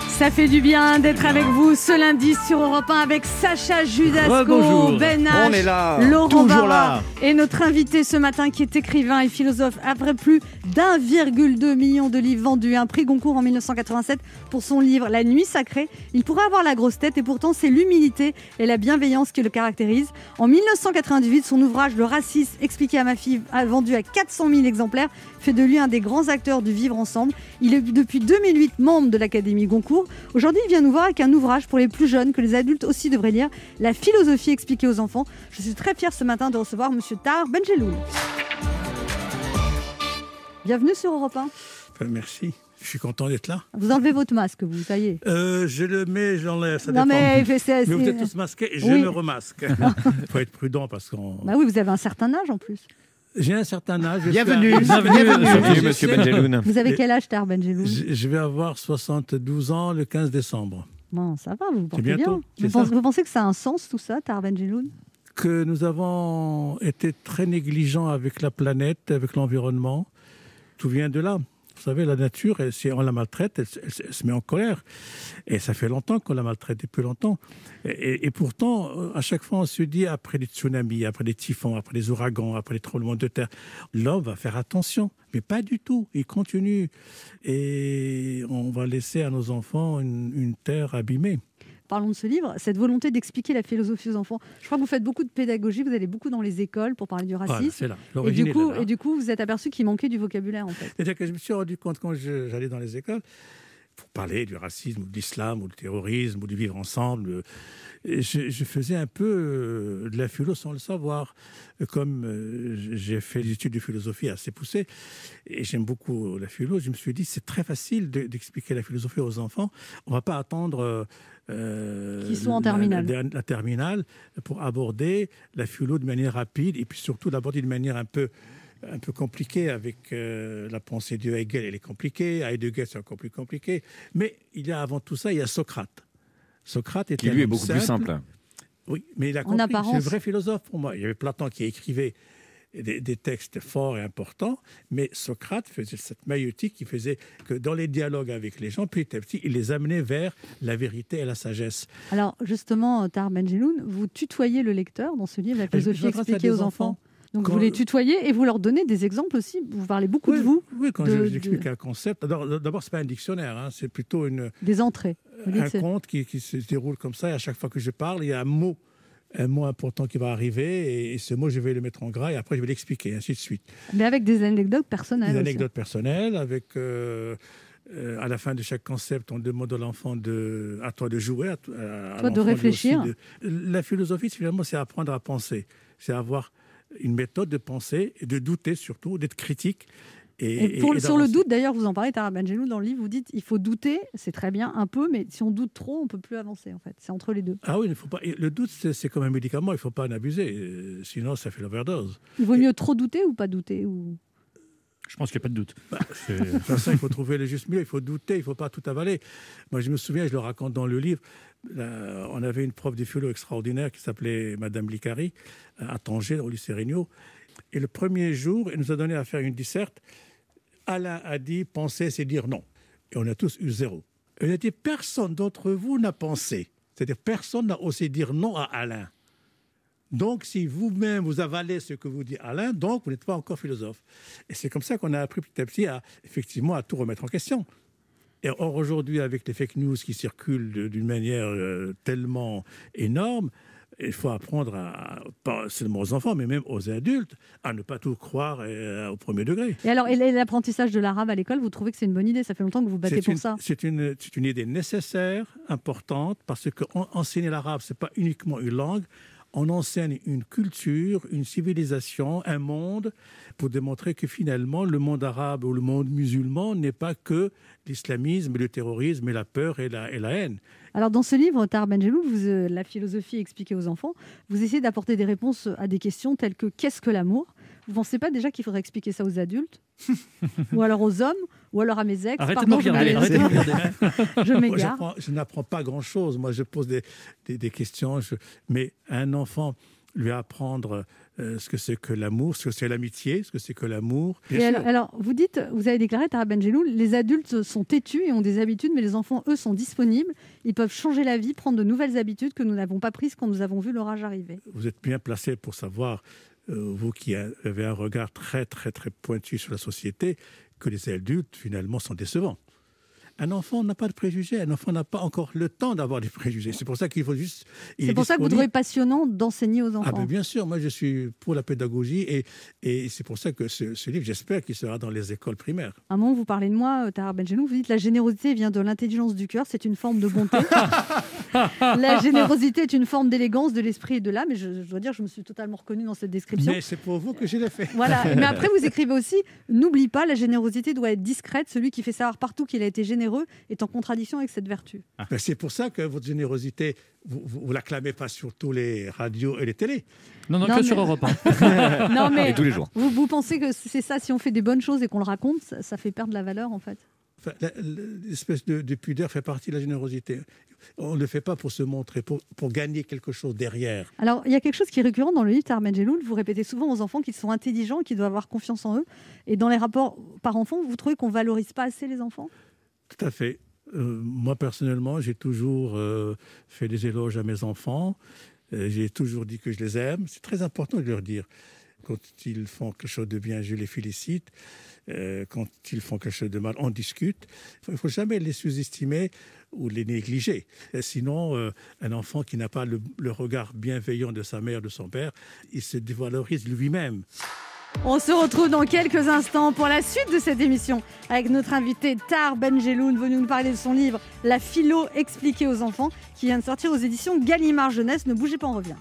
Speaker 3: Ça fait du bien d'être avec vous ce lundi sur Europe 1 avec Sacha Judasco,
Speaker 7: Rebonjour.
Speaker 3: Ben H,
Speaker 4: On est là.
Speaker 3: Laurent
Speaker 1: Toujours
Speaker 3: Barra
Speaker 1: là.
Speaker 3: et notre invité ce matin qui est écrivain et philosophe après plus d'1,2 million de livres vendus, un prix Goncourt en 1987 pour son livre La Nuit Sacrée. Il pourrait avoir la grosse tête et pourtant c'est l'humilité et la bienveillance qui le caractérisent. En 1998, son ouvrage Le racisme expliqué à ma fille, a vendu à 400 000 exemplaires, fait de lui un des grands acteurs du vivre ensemble. Il est depuis 2008 membre de l'Académie Goncourt. Aujourd'hui, il vient nous voir avec un ouvrage pour les plus jeunes que les adultes aussi devraient lire, La philosophie expliquée aux enfants. Je suis très fière ce matin de recevoir Monsieur Tar Benjeloul. Bienvenue sur Europe 1.
Speaker 11: Enfin, merci. Je suis content d'être là.
Speaker 3: Vous enlevez votre masque, vous, ça y est.
Speaker 11: Euh, je le mets, je l'enlève, ça
Speaker 3: non
Speaker 11: dépend.
Speaker 3: mais, c'est- c'est-
Speaker 11: Mais vous êtes tous masqués, je
Speaker 3: Oui.
Speaker 11: me remasque. Il faut être prudent parce qu'on.
Speaker 3: Bah oui, vous avez un certain âge en plus.
Speaker 11: J'ai un certain âge. je suis
Speaker 1: Bienvenue.
Speaker 11: arrivé-
Speaker 5: Bienvenue, monsieur Benjeloun.
Speaker 3: Vous avez
Speaker 11: Et-
Speaker 3: quel âge, Tar Benjeloul
Speaker 11: Je je vais avoir 72 ans le 15 décembre.
Speaker 3: Bon, ça va, vous vous portez
Speaker 11: bientôt,
Speaker 3: bien.
Speaker 11: c'est
Speaker 3: Vous pensez,
Speaker 11: ça.
Speaker 3: vous pensez que ça a un sens tout ça, Tar Benjeloun
Speaker 11: Que nous avons été très négligents avec la planète, avec l'environnement. Tout vient de là. Vous savez, la nature, elle, si on la maltraite, elle, se- elle se- elle se met en colère. Et ça fait longtemps qu'on la maltraite, depuis longtemps. Et, et- et pourtant, euh, à chaque fois, on se dit, après les tsunamis, après les typhons, après les ouragans, après les tremblements de terre, l'homme va faire attention. Mais pas du tout, il continue. Et on va laisser à nos enfants une, une terre abîmée.
Speaker 3: Parlons de ce livre, cette volonté d'expliquer la philosophie aux enfants. Je crois que vous faites beaucoup de pédagogie, vous allez beaucoup dans les écoles pour parler du
Speaker 11: Voilà,
Speaker 3: racisme.
Speaker 11: c'est là.
Speaker 3: et,
Speaker 11: L'origine
Speaker 3: du
Speaker 11: est
Speaker 3: coup,
Speaker 11: là, là.
Speaker 3: et du coup, vous êtes aperçu qu'il manquait du vocabulaire en fait.
Speaker 11: C'est-à-dire que je me suis rendu compte quand je- j'allais dans les écoles, pour parler du racisme ou de l'islam ou du terrorisme ou du vivre ensemble, euh, et je, je faisais un peu euh, de la philo sans le savoir. Euh, Comme euh, j'ai fait des études de philosophie assez poussées et j'aime beaucoup la philo, je me suis dit c'est très facile de- d'expliquer la philosophie aux enfants. On ne va pas attendre. euh, euh,
Speaker 3: Qu'ils soient en
Speaker 11: la-
Speaker 3: terminale.
Speaker 11: La, la terminale pour aborder la philo de manière rapide et puis surtout l'aborder de manière un peu un peu compliqué avec euh, la pensée de Hegel, elle est compliquée, Heidegger c'est encore plus compliqué, mais il y a avant tout ça, il y a Socrate. Socrate était
Speaker 5: Qui
Speaker 11: un
Speaker 5: lui est
Speaker 11: homme
Speaker 5: beaucoup plus simple.
Speaker 11: Oui, mais il a
Speaker 3: En
Speaker 11: compris, c'est un
Speaker 3: apparence.
Speaker 11: vrai philosophe pour moi. Il y avait Platon qui écrivait des, des textes forts et importants, mais Socrate faisait cette maïotique qui faisait que dans les dialogues avec les gens, petit à petit, il les amenait vers la vérité et la sagesse.
Speaker 3: Alors justement, Tar Benjeloun, euh, vous tutoyez le lecteur dans ce livre, la
Speaker 11: Je- je
Speaker 3: philosophie
Speaker 11: m'adresse à
Speaker 3: expliquée
Speaker 11: des
Speaker 3: aux enfants. Donc
Speaker 11: Quand-
Speaker 3: vous les tutoyez et vous leur donnez des exemples aussi. Vous parlez beaucoup de vous.
Speaker 11: Oui, quand
Speaker 3: de-
Speaker 11: je-
Speaker 3: de-
Speaker 11: j'explique un concept, d'abord, d'abord, c'est pas un dictionnaire, hein, c'est plutôt une,
Speaker 3: Des entrées. Vous dites
Speaker 11: Euh, un
Speaker 3: c'est-
Speaker 11: conte qui, qui se déroule comme ça. Et à chaque fois que je parle, il y a un mot, un mot important qui va arriver. Et, et ce mot, je vais le mettre en gras et après, je vais l'expliquer, ainsi de suite.
Speaker 3: Mais avec des anecdotes personnelles.
Speaker 11: Des
Speaker 3: aussi.
Speaker 11: anecdotes personnelles avec. euh, euh, à la fin de chaque concept, on demande à l'enfant de, à toi de jouer, à, to- à- à
Speaker 3: Toi
Speaker 11: l'enfant
Speaker 3: de
Speaker 11: lui aussi
Speaker 3: réfléchir.
Speaker 11: de- La philosophie, c'est finalement, c'est apprendre à penser. C'est avoir une méthode de penser, et de douter surtout, d'être critique. Et,
Speaker 3: Et pour-
Speaker 11: et- et
Speaker 3: sur le
Speaker 11: d'avancer.
Speaker 3: doute, d'ailleurs, vous en parlez, Tara Benjelloul, dans le livre, vous dites il faut douter, c'est très bien, un peu, mais si on doute trop, on peut plus avancer, en fait. C'est entre les deux.
Speaker 11: Ah oui, il faut pas. et Le doute, c'est c'est comme un médicament, il ne faut pas en abuser, euh, sinon ça fait l'overdose.
Speaker 3: Il vaut mieux trop douter ou pas douter ou...
Speaker 11: Je pense qu'il n'y a pas Bah, de doute. c'est ça, il faut trouver le juste milieu, il faut douter, il ne faut pas tout avaler. Moi, je me souviens, je le raconte dans le livre, là, on avait une prof de philo extraordinaire qui s'appelait Madame Licari, à Tanger, au lycée Regnault. Et le premier jour, elle nous a donné à faire une disserte. Alain a dit penser, c'est dire non. Et on a tous eu zéro. Elle a dit personne d'entre vous n'a pensé. C'est-à-dire personne n'a osé dire non à Alain. Donc, si vous-même vous avalez ce que vous dit Alain, donc vous n'êtes pas encore philosophe. Et c'est comme ça qu'on a appris petit à petit à effectivement à tout remettre en question. Et or aujourd'hui, avec les fake news qui circulent de- d'une manière euh, tellement énorme, il faut apprendre à, pas seulement aux enfants, mais même aux adultes, à ne pas tout croire euh, au premier degré.
Speaker 3: Et alors, et l'apprentissage de l'arabe à l'école, vous trouvez que c'est une bonne idée Ça fait longtemps que vous battez
Speaker 11: C'est
Speaker 3: pour
Speaker 11: une-
Speaker 3: ça.
Speaker 11: C'est une, c'est une idée nécessaire, importante, parce que en- enseigner l'arabe, ce n'est pas uniquement une langue. On enseigne une culture, une civilisation, un monde, pour démontrer que finalement, le monde arabe ou le monde musulman n'est pas que l'islamisme, le terrorisme, et la peur et la, et la haine.
Speaker 3: Alors, dans ce livre, Tara Benjelloul, vous, euh, la philosophie expliquée aux enfants, vous essayez d'apporter des réponses à des questions telles que qu'est-ce que l'amour Vous pensez pas déjà qu'il faudrait expliquer ça aux adultes Ou alors aux hommes Ou alors à mes ex
Speaker 11: Arrêtez
Speaker 3: Pardon, je m'avais- Je m'égare.
Speaker 11: J'apprends- Je n'apprends pas grand-chose. Moi, je pose des, des- des questions. je- Mais un enfant, lui apprendre euh, ce que c'est que l'amour, ce que c'est l'amitié, ce que c'est que l'amour.
Speaker 3: Et alors, alors, vous dites, vous avez déclaré, Tara Benjelloul, les adultes sont têtus et ont des habitudes, mais les enfants, eux, sont disponibles. Ils peuvent changer la vie, prendre de nouvelles habitudes que nous n'avons pas prises quand nous avons vu l'orage arriver.
Speaker 11: vous êtes bien placé pour savoir, euh, vous qui avez un regard très, très, très pointu sur la société, que les adultes, finalement, sont décevants. Un enfant n'a pas de préjugés, un enfant n'a pas encore le temps d'avoir des préjugés. C'est pour ça qu'il faut juste. il
Speaker 3: C'est
Speaker 11: est
Speaker 3: pour ça que vous
Speaker 11: disponible.
Speaker 3: trouvez passionnant d'enseigner aux enfants.
Speaker 11: Ah ben bien sûr, moi je suis pour la pédagogie et, et c'est pour ça que ce, ce livre, j'espère qu'il sera dans les écoles primaires.
Speaker 3: À un moment, vous parlez de moi, euh, Tara Benjelloul, vous dites la générosité vient de l'intelligence du cœur, c'est une forme de bonté. la générosité est une forme d'élégance de l'esprit et de l'âme. Et je, je dois dire, je me suis totalement reconnue dans cette description.
Speaker 11: Mais c'est pour vous que je l'ai fait.
Speaker 3: Voilà. Mais après, vous écrivez aussi n'oublie pas, la générosité doit être discrète. Celui qui fait savoir partout qu'il a été généreux est en contradiction avec cette vertu.
Speaker 11: Ben, c'est pour ça que votre générosité, vous, vous, vous l'acclamez pas sur tous les radios et les télés.
Speaker 3: non, Non, que mais- sur Europe, hein. Non, mais
Speaker 11: Et tous les jours.
Speaker 3: Vous, vous pensez que c'est ça, si on fait des bonnes choses et qu'on le raconte, ça, ça fait perdre la valeur en fait
Speaker 11: Enfin, la- la- L'espèce de, de pudeur fait partie de la générosité. On ne le fait pas pour se montrer, pour, pour gagner quelque chose derrière.
Speaker 3: Alors, il y a quelque chose qui est récurrent dans le livre Tarmen Jelloul. Vous répétez souvent aux enfants qu'ils sont intelligents, qu'ils doivent avoir confiance en eux. Et dans les rapports par enfant, vous trouvez qu'on valorise pas assez les enfants
Speaker 11: Tout à fait. Euh, moi, personnellement, j'ai toujours euh, fait des éloges à mes enfants. Euh, j'ai toujours dit que je les aime. C'est très important de leur dire. Quand ils font quelque chose de bien, je les félicite. Euh, quand ils font quelque chose de mal, on discute. Il ne faut jamais les sous-estimer ou les négliger. Euh, Sinon, euh, un enfant qui n'a pas le, le regard bienveillant de sa mère, de son père, il se dévalorise lui-même.
Speaker 3: On se retrouve dans quelques instants pour la suite de cette émission avec notre invité Tar Benjeloun, venu nous parler de son livre La philo expliquée aux enfants, qui vient de sortir aux éditions Gallimard Jeunesse. Ne bougez pas, on revient.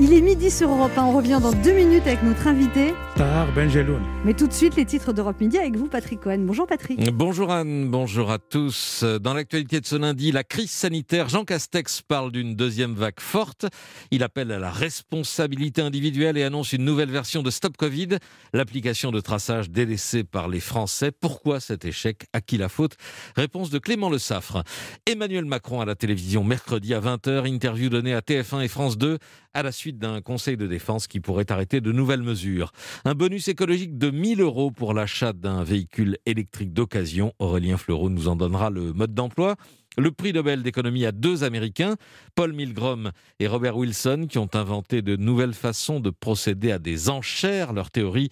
Speaker 3: Il est midi sur Europe 1. On revient dans deux minutes avec notre invité.
Speaker 11: Tahar Benjeloun.
Speaker 3: Mais tout de suite, les titres d'Europe Midi avec vous, Patrick Cohen. Bonjour,
Speaker 12: Mm.
Speaker 3: Patrick.
Speaker 12: Bonjour Anne, bonjour à tous. Dans l'actualité de ce lundi, la crise sanitaire, Jean Castex parle d'une deuxième vague forte. Il appelle à la responsabilité individuelle et annonce une nouvelle version de Stop Covid, l'application de traçage délaissée par les Français. Pourquoi cet échec À qui la faute Réponse de Clément Le Saffre. Emmanuel Macron à la télévision mercredi à 20h, interview donnée à TF1 et France 2 à la suite d'un conseil de défense qui pourrait arrêter de nouvelles mesures. Un bonus écologique de 1000 euros pour l'achat d'un véhicule électrique d'occasion. Aurélien Fleureau nous en donnera le mode d'emploi. le prix Nobel d'économie à deux Américains, Paul Milgrom et Robert Wilson, qui ont inventé de nouvelles façons de procéder à des enchères. Leurs théories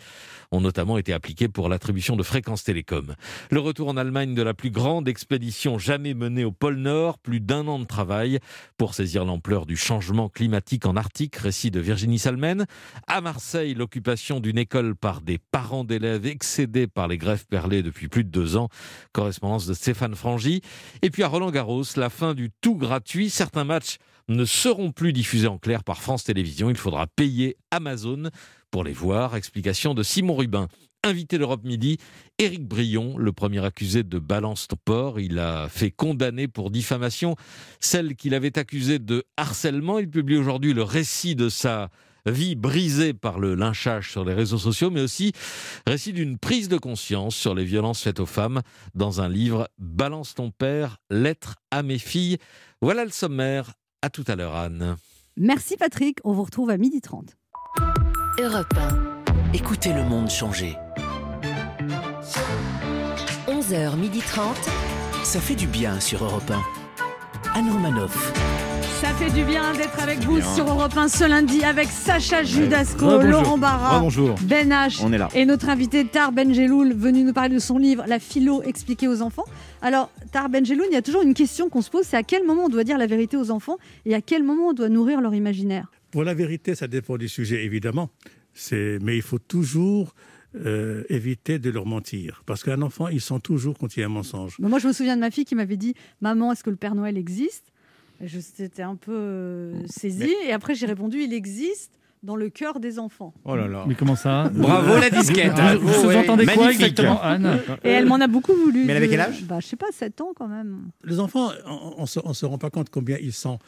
Speaker 12: ont notamment été appliquées pour l'attribution de fréquences télécom. Le retour en Allemagne de la plus grande expédition jamais menée au pôle Nord, plus d'un an de travail pour saisir l'ampleur du changement climatique en Arctique, récit de Virginie Salmen. À Marseille, l'occupation d'une école par des parents d'élèves excédés par les grèves perlées depuis plus de deux ans, correspondance de Stéphane Frangy. Et puis à Roland-Garros, la fin du tout gratuit. Certains matchs ne seront plus diffusés en clair par France Télévisions. Il faudra payer Amazon pour les voir. Explication de Simon Rubin. Invité d'Europe Midi, Éric Brion, le premier accusé de Balance ton port, il a fait condamner pour diffamation celle qu'il avait accusée de harcèlement. Il publie aujourd'hui le récit de sa vie brisée par le lynchage sur les réseaux sociaux, mais aussi récit d'une prise de conscience sur les violences faites aux femmes dans un livre Balance ton père, lettre à mes filles. Voilà le sommaire. À tout à l'heure, Anne.
Speaker 3: Merci Patrick, on vous retrouve à 12h30.
Speaker 2: Europe 1. Écoutez le monde changer.
Speaker 13: 11h30.
Speaker 2: Ça fait du bien sur Europe 1. Anne Romanoff.
Speaker 3: Ça fait du bien d'être avec vous sur Europe 1 ce lundi avec Sacha Judasco,
Speaker 1: Rebonjour.
Speaker 3: Laurent Barra,
Speaker 1: Rebonjour.
Speaker 3: Ben H
Speaker 1: On est là.
Speaker 3: et notre invité Tar Benjeloul venu nous parler de son livre La philo expliquée aux enfants. Alors Tar Benjeloul, il y a toujours une question qu'on se pose, c'est à quel moment on doit dire la vérité aux enfants et à quel moment on doit nourrir leur imaginaire
Speaker 11: Pour la vérité, ça dépend du sujet, évidemment. C'est, mais il faut toujours euh, éviter de leur mentir. Parce qu'un enfant, il sent toujours quand il y a un mensonge.
Speaker 3: Mais Moi je me souviens de ma fille qui m'avait dit Maman, est-ce que le Père Noël existe Et je- J'étais un peu euh, saisie et après j'ai répondu Il existe dans le cœur des enfants.
Speaker 7: Oh là là. Mais comment ça
Speaker 4: Bravo, la disquette.
Speaker 7: Vous, vous
Speaker 4: Bravo, ouais.
Speaker 7: entendez quoi
Speaker 4: Magnifique.
Speaker 7: exactement, Anne
Speaker 3: Et elle m'en a beaucoup voulu.
Speaker 11: Mais elle avait
Speaker 3: de-
Speaker 11: quel âge
Speaker 3: bah, Je sais pas, 7 ans quand même.
Speaker 11: Les enfants, on ne se, on se rend pas compte combien ils sont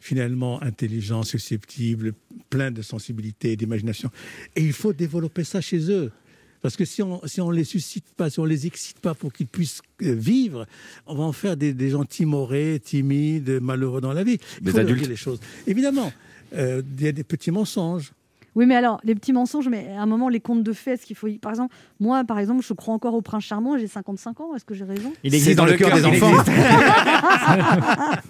Speaker 11: finalement intelligents, susceptibles, pleins de sensibilité et d'imagination. Et il faut développer ça chez eux. Parce que si on si on les suscite pas, si on les excite pas pour qu'ils puissent euh, vivre, on va en faire des, des gens timorés, timides, malheureux dans la vie. Il
Speaker 14: Des
Speaker 11: faut leur
Speaker 14: adultes.
Speaker 11: dire les choses. Évidemment, euh, il y a des petits mensonges.
Speaker 3: Oui, mais alors, les petits mensonges, mais à un moment, les contes de fées, est-ce qu'il faut. y- Par exemple, moi, par exemple, je crois encore au prince charmant, j'ai 55 ans, est-ce que j'ai raison
Speaker 1: Il existe dans le cœur des enfants.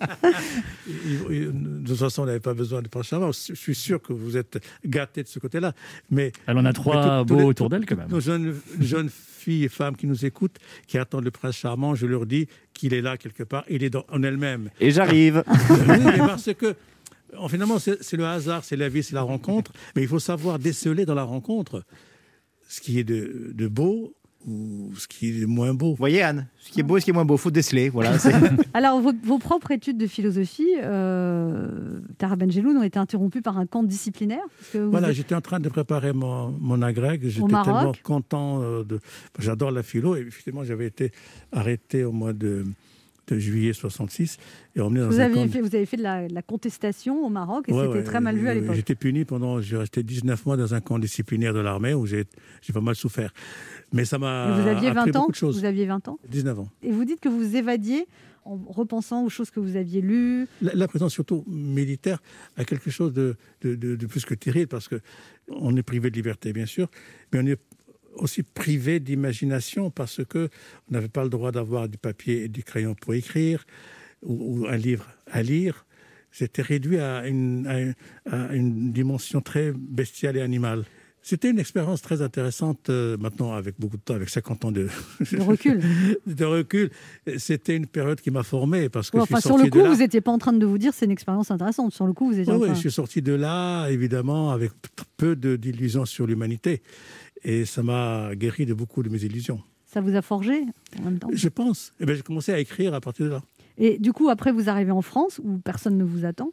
Speaker 11: Il- il- De toute façon, on n'avait pas besoin de prince charmant. Je suis sûr que vous êtes gâtés de ce côté-là. Mais
Speaker 7: Elle en a
Speaker 11: mais
Speaker 7: trois
Speaker 11: tous- tous
Speaker 7: beaux
Speaker 11: les-
Speaker 7: autour d'elle, quand même.
Speaker 11: Nos jeunes, jeunes filles et femmes qui nous écoutent, qui attendent le prince charmant, je leur dis qu'il est là quelque part. Il est dans, en elle-même. Ah.
Speaker 4: Et j'arrive.
Speaker 11: Oui, mais parce que en- finalement, c'est c'est le hasard, c'est la vie, c'est la rencontre. Mais il faut savoir déceler dans la rencontre ce qui est de, de beau ou ce qui est de moins beau. Vous
Speaker 1: voyez, Anne, ce qui est beau et ce qui est moins beau, faut déceler. Voilà, c'est-
Speaker 3: Alors, vos, vos propres études de philosophie, euh, Tara Benjeloun, ont été interrompues par un camp disciplinaire parce que vous
Speaker 11: Voilà,
Speaker 3: êtes-
Speaker 11: j'étais en train de préparer mon, mon agrègue. J'étais
Speaker 3: Maroc.
Speaker 11: tellement content. euh, de... J'adore la philo. Et effectivement, j'avais été arrêté au mois de, de juillet 66 et emmené dans
Speaker 3: vous,
Speaker 11: un
Speaker 3: avez
Speaker 11: camp.
Speaker 3: fait, vous avez fait de la, de la contestation au Maroc et
Speaker 11: Ouais,
Speaker 3: c'était
Speaker 11: ouais,
Speaker 3: très mal vu à
Speaker 11: euh,
Speaker 3: l'époque.
Speaker 11: J'étais puni pendant, j'ai resté 19 mois dans un camp disciplinaire de l'armée où j'ai j'ai pas mal souffert. Mais ça
Speaker 3: Et
Speaker 11: m'a
Speaker 3: Vous aviez
Speaker 11: appris
Speaker 3: 20 ans
Speaker 11: beaucoup de choses.
Speaker 3: Vous aviez 20 ans
Speaker 11: 19 ans.
Speaker 3: Et vous dites que vous vous évadiez en repensant aux choses que vous aviez lues.
Speaker 11: La, la présence surtout militaire a quelque chose de, de- de- de plus que terrible parce que on est privé de liberté bien sûr, mais on est aussi privé d'imagination parce que on n'avait pas le droit d'avoir du papier et du crayon pour écrire ou, ou un livre à lire. C'était réduit à une, à une- à une dimension très bestiale et animale. C'était une expérience très intéressante, euh, maintenant avec beaucoup de temps, avec 50 ans de,
Speaker 3: De recul.
Speaker 11: de recul. C'était une période qui m'a formé parce que
Speaker 3: Ouais,
Speaker 11: je suis
Speaker 3: enfin, sur
Speaker 11: sorti
Speaker 3: le coup,
Speaker 11: de là.
Speaker 3: vous n'étiez pas en train de vous dire c'est une expérience intéressante. Sur le coup, vous étiez
Speaker 11: Oui,
Speaker 3: en
Speaker 11: oui,
Speaker 3: train-
Speaker 11: je suis sorti de là, évidemment, avec p- peu de- d'illusions sur l'humanité. Et ça m'a guéri de beaucoup de mes illusions.
Speaker 3: Ça vous a forgé en même temps.
Speaker 11: Je pense. Et bien, j'ai commencé à écrire à partir de là.
Speaker 3: Et du coup, après, vous arrivez en France où personne ne vous attend.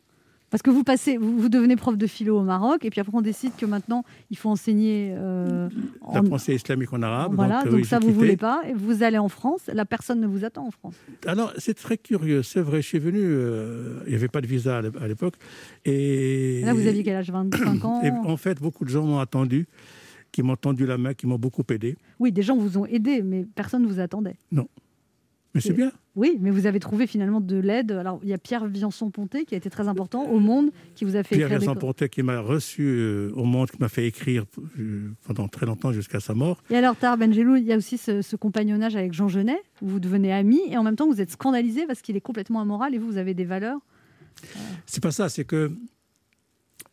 Speaker 3: Parce que vous passez, vous, vous devenez prof de philo au Maroc, et puis après on décide que maintenant il faut enseigner. euh,
Speaker 11: La
Speaker 3: en...
Speaker 11: pensée islamique en arabe.
Speaker 3: oh, Voilà,
Speaker 11: donc, euh,
Speaker 3: donc
Speaker 11: oui,
Speaker 3: ça
Speaker 11: j'ai
Speaker 3: vous
Speaker 11: quitté.
Speaker 3: voulez pas. Et vous allez en France, la personne ne vous attend en France.
Speaker 11: Alors, c'est très curieux. C'est vrai, je suis venu, euh, il n'y avait pas de visa à l'é- à l'époque. Et...
Speaker 3: Et Là, vous aviez quel âge 25 ans
Speaker 11: Et en fait, beaucoup de gens m'ont attendu, qui m'ont tendu la main, qui m'ont beaucoup aidé.
Speaker 3: Oui, des gens vous ont aidé, mais personne ne vous attendait.
Speaker 11: Non. Mais c'est bien.
Speaker 3: Oui, mais vous avez trouvé finalement de l'aide. Alors, il y a Pierre Viançon-Ponté qui a été très important au Monde, qui vous a fait
Speaker 11: Pierre
Speaker 3: écrire. des
Speaker 11: Vincent
Speaker 3: co-
Speaker 11: Pontet qui m'a reçu euh, au Monde, qui m'a fait écrire euh, pendant très longtemps jusqu'à sa mort.
Speaker 3: Et alors, Tar Benjelou, il y a aussi ce, ce compagnonnage avec Jean Genet, où vous devenez amis, et en même temps, vous êtes scandalisé parce qu'il est complètement amoral, et vous, vous avez des valeurs.
Speaker 11: C'est pas ça, c'est que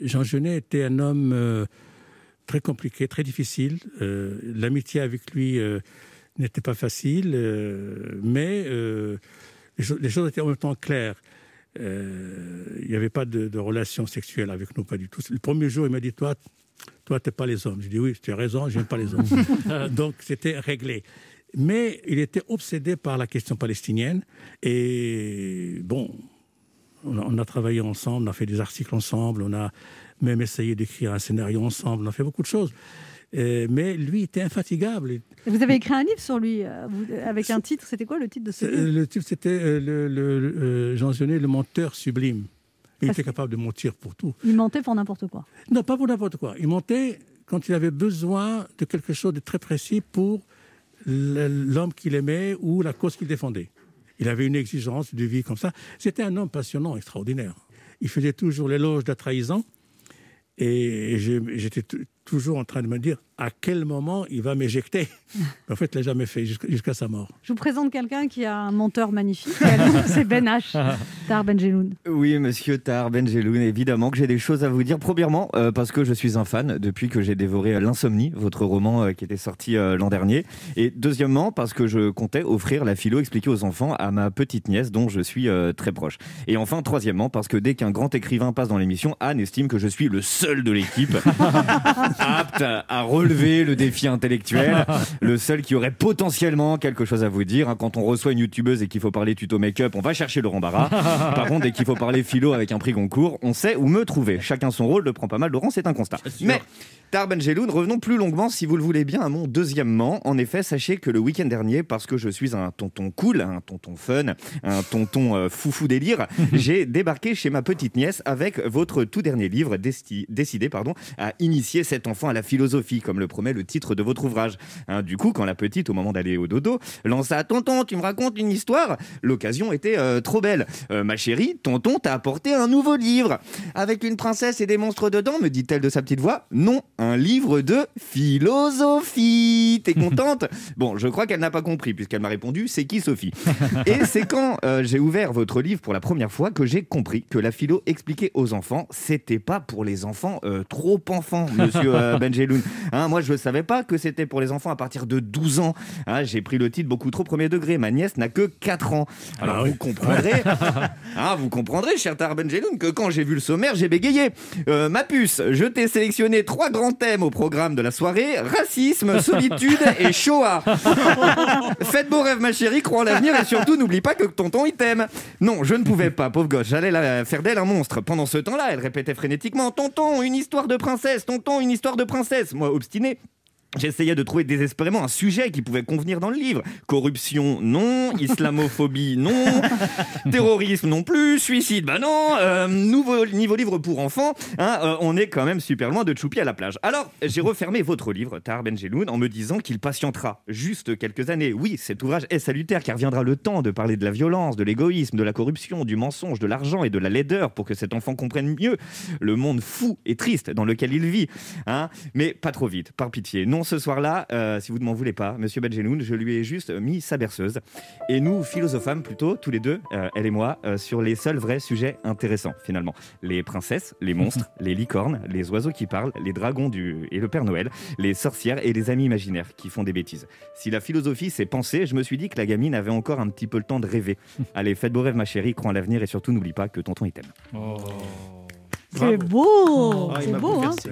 Speaker 11: Jean Genet était un homme euh, très compliqué, très difficile. Euh, L'amitié avec lui euh, n'était pas facile, euh, mais euh, les, cho- les choses étaient en même temps claires. Euh, il n'y avait pas de, de relation sexuelle avec nous, pas du tout. Le premier jour, il m'a dit Toi, toi, t'es pas les hommes. Je dis Oui, tu as raison, j'aime pas les hommes. Donc, c'était réglé. Mais il était obsédé par la question palestinienne. Et bon, on a, on a travaillé ensemble, on a fait des articles ensemble, on a même essayé d'écrire un scénario ensemble, on a fait beaucoup de choses. Euh, mais lui était infatigable.
Speaker 3: Et vous avez écrit un livre sur lui, euh, vous- avec un titre. C'était quoi le titre de ce livre
Speaker 11: Euh, Le type, c'était euh, le, le- le- euh, Jean Genet, le menteur sublime. Il
Speaker 3: Parce
Speaker 11: était capable de mentir pour tout.
Speaker 3: Il mentait pour n'importe quoi.
Speaker 11: Non, pas pour n'importe quoi. Il mentait quand il avait besoin de quelque chose de très précis pour le- l'homme qu'il aimait ou la cause qu'il défendait. Il avait une exigence de vie comme ça. C'était un homme passionnant, extraordinaire. Il faisait toujours l'éloge d'un trahison. Et je- j'étais t- toujours en train de me dire à quel moment il va m'éjecter. en fait, il l'a jamais fait jusqu'à jusqu'à sa mort.
Speaker 3: Je vous présente quelqu'un qui a un menteur magnifique. et alors, C'est Ben H. Tar Benjeloun.
Speaker 4: Oui, monsieur Tar Benjeloun, évidemment que j'ai des choses à vous dire. Premièrement, euh, parce que je suis un fan depuis que j'ai dévoré euh, L'Insomnie, votre roman euh, qui était sorti euh, l'an dernier. Et deuxièmement, parce que je comptais offrir la philo expliquée aux enfants à ma petite nièce dont je suis euh, très proche. Et enfin, troisièmement, parce que dès qu'un grand écrivain passe dans l'émission, Anne estime que je suis le seul de l'équipe apte à- à relever le défi intellectuel, le seul qui aurait potentiellement quelque chose à vous dire. hein. Quand on reçoit une youtubeuse et qu'il faut parler tuto make-up, on va chercher Laurent Barra. Par contre, dès qu'il faut parler philo avec un prix Goncourt, on sait où me trouver. Chacun son rôle, le prend pas mal. Laurent, c'est un constat. Mais Tar Benjeloun, revenons plus longuement, si vous le voulez bien, à mon deuxièmement. En effet, sachez que le week-end dernier, parce que je suis un tonton cool, un tonton fun, un tonton euh, foufou délire, j'ai débarqué chez ma petite nièce avec votre tout dernier livre, desti- décidé pardon, à initier cet enfant à la philosophie, comme le promet le titre de votre ouvrage. Hein, du coup, quand la petite, au moment d'aller au dodo, lança Tonton, tu me racontes une histoire L'occasion était euh, trop belle. Euh, ma chérie, tonton t'a apporté un nouveau livre. Avec une princesse et des monstres dedans, me dit-elle de sa petite voix. Non, un livre de philosophie. T'es contente Bon, je crois qu'elle n'a pas compris, puisqu'elle m'a répondu C'est qui Sophie Et c'est quand euh, j'ai ouvert votre livre pour la première fois que j'ai compris que la philo expliquée aux enfants, c'était pas pour les enfants euh, trop enfants, monsieur euh, Benjeloun. Hein, moi, je ne savais pas que c'était pour les enfants à partir de 12 ans. Hein, j'ai pris le titre beaucoup trop premier degré. Ma nièce n'a que 4 ans. Alors, vous comprendrez, hein, vous comprendrez, cher Tar Benjeloun, que quand j'ai vu le sommaire, j'ai bégayé. Euh, ma puce, je t'ai sélectionné trois grands thèmes au programme de la soirée racisme, solitude et Shoah. Faites beau rêve, ma chérie, crois en l'avenir et surtout n'oublie pas que tonton il t'aime. Non, je ne pouvais pas, pauvre gosse, j'allais la faire d'elle un monstre. Pendant ce temps-là, elle répétait frénétiquement Tonton, une histoire de princesse, tonton, une histoire de princesse. Moi, obstiné. J'essayais de trouver désespérément un sujet qui pouvait convenir dans le livre. Corruption, non. Islamophobie, non. Terrorisme, non plus. Suicide, bah non. Euh, nouveau niveau livre pour enfants. hein, euh, on est quand même super loin de Choupi à la plage. Alors, j'ai refermé votre livre, Tar Benjeloun, en me disant qu'il patientera juste quelques années. Oui, cet ouvrage est salutaire car viendra le temps de parler de la violence, de l'égoïsme, de la corruption, du mensonge, de l'argent et de la laideur pour que cet enfant comprenne mieux le monde fou et triste dans lequel il vit. hein. Mais pas trop vite, par pitié. Non, ce soir-là, euh, si vous ne m'en voulez pas, monsieur Benjeloun, je lui ai juste mis sa berceuse. Et nous philosophâmes plutôt, tous les deux, euh, elle et moi, euh, sur les seuls vrais sujets intéressants, finalement. Les princesses, les monstres, les licornes, les oiseaux qui parlent, les dragons du... et le Père Noël, les sorcières et les amis imaginaires qui font des bêtises. Si la philosophie s'est pensée, je me suis dit que la gamine avait encore un petit peu le temps de rêver. Allez, faites beau rêve, ma chérie, crois en l'avenir et surtout n'oublie pas que tonton il t'aime.
Speaker 3: C'est beau,
Speaker 4: Ah, il
Speaker 3: c'est
Speaker 4: m'a
Speaker 3: beau. Hein
Speaker 4: bouleversé.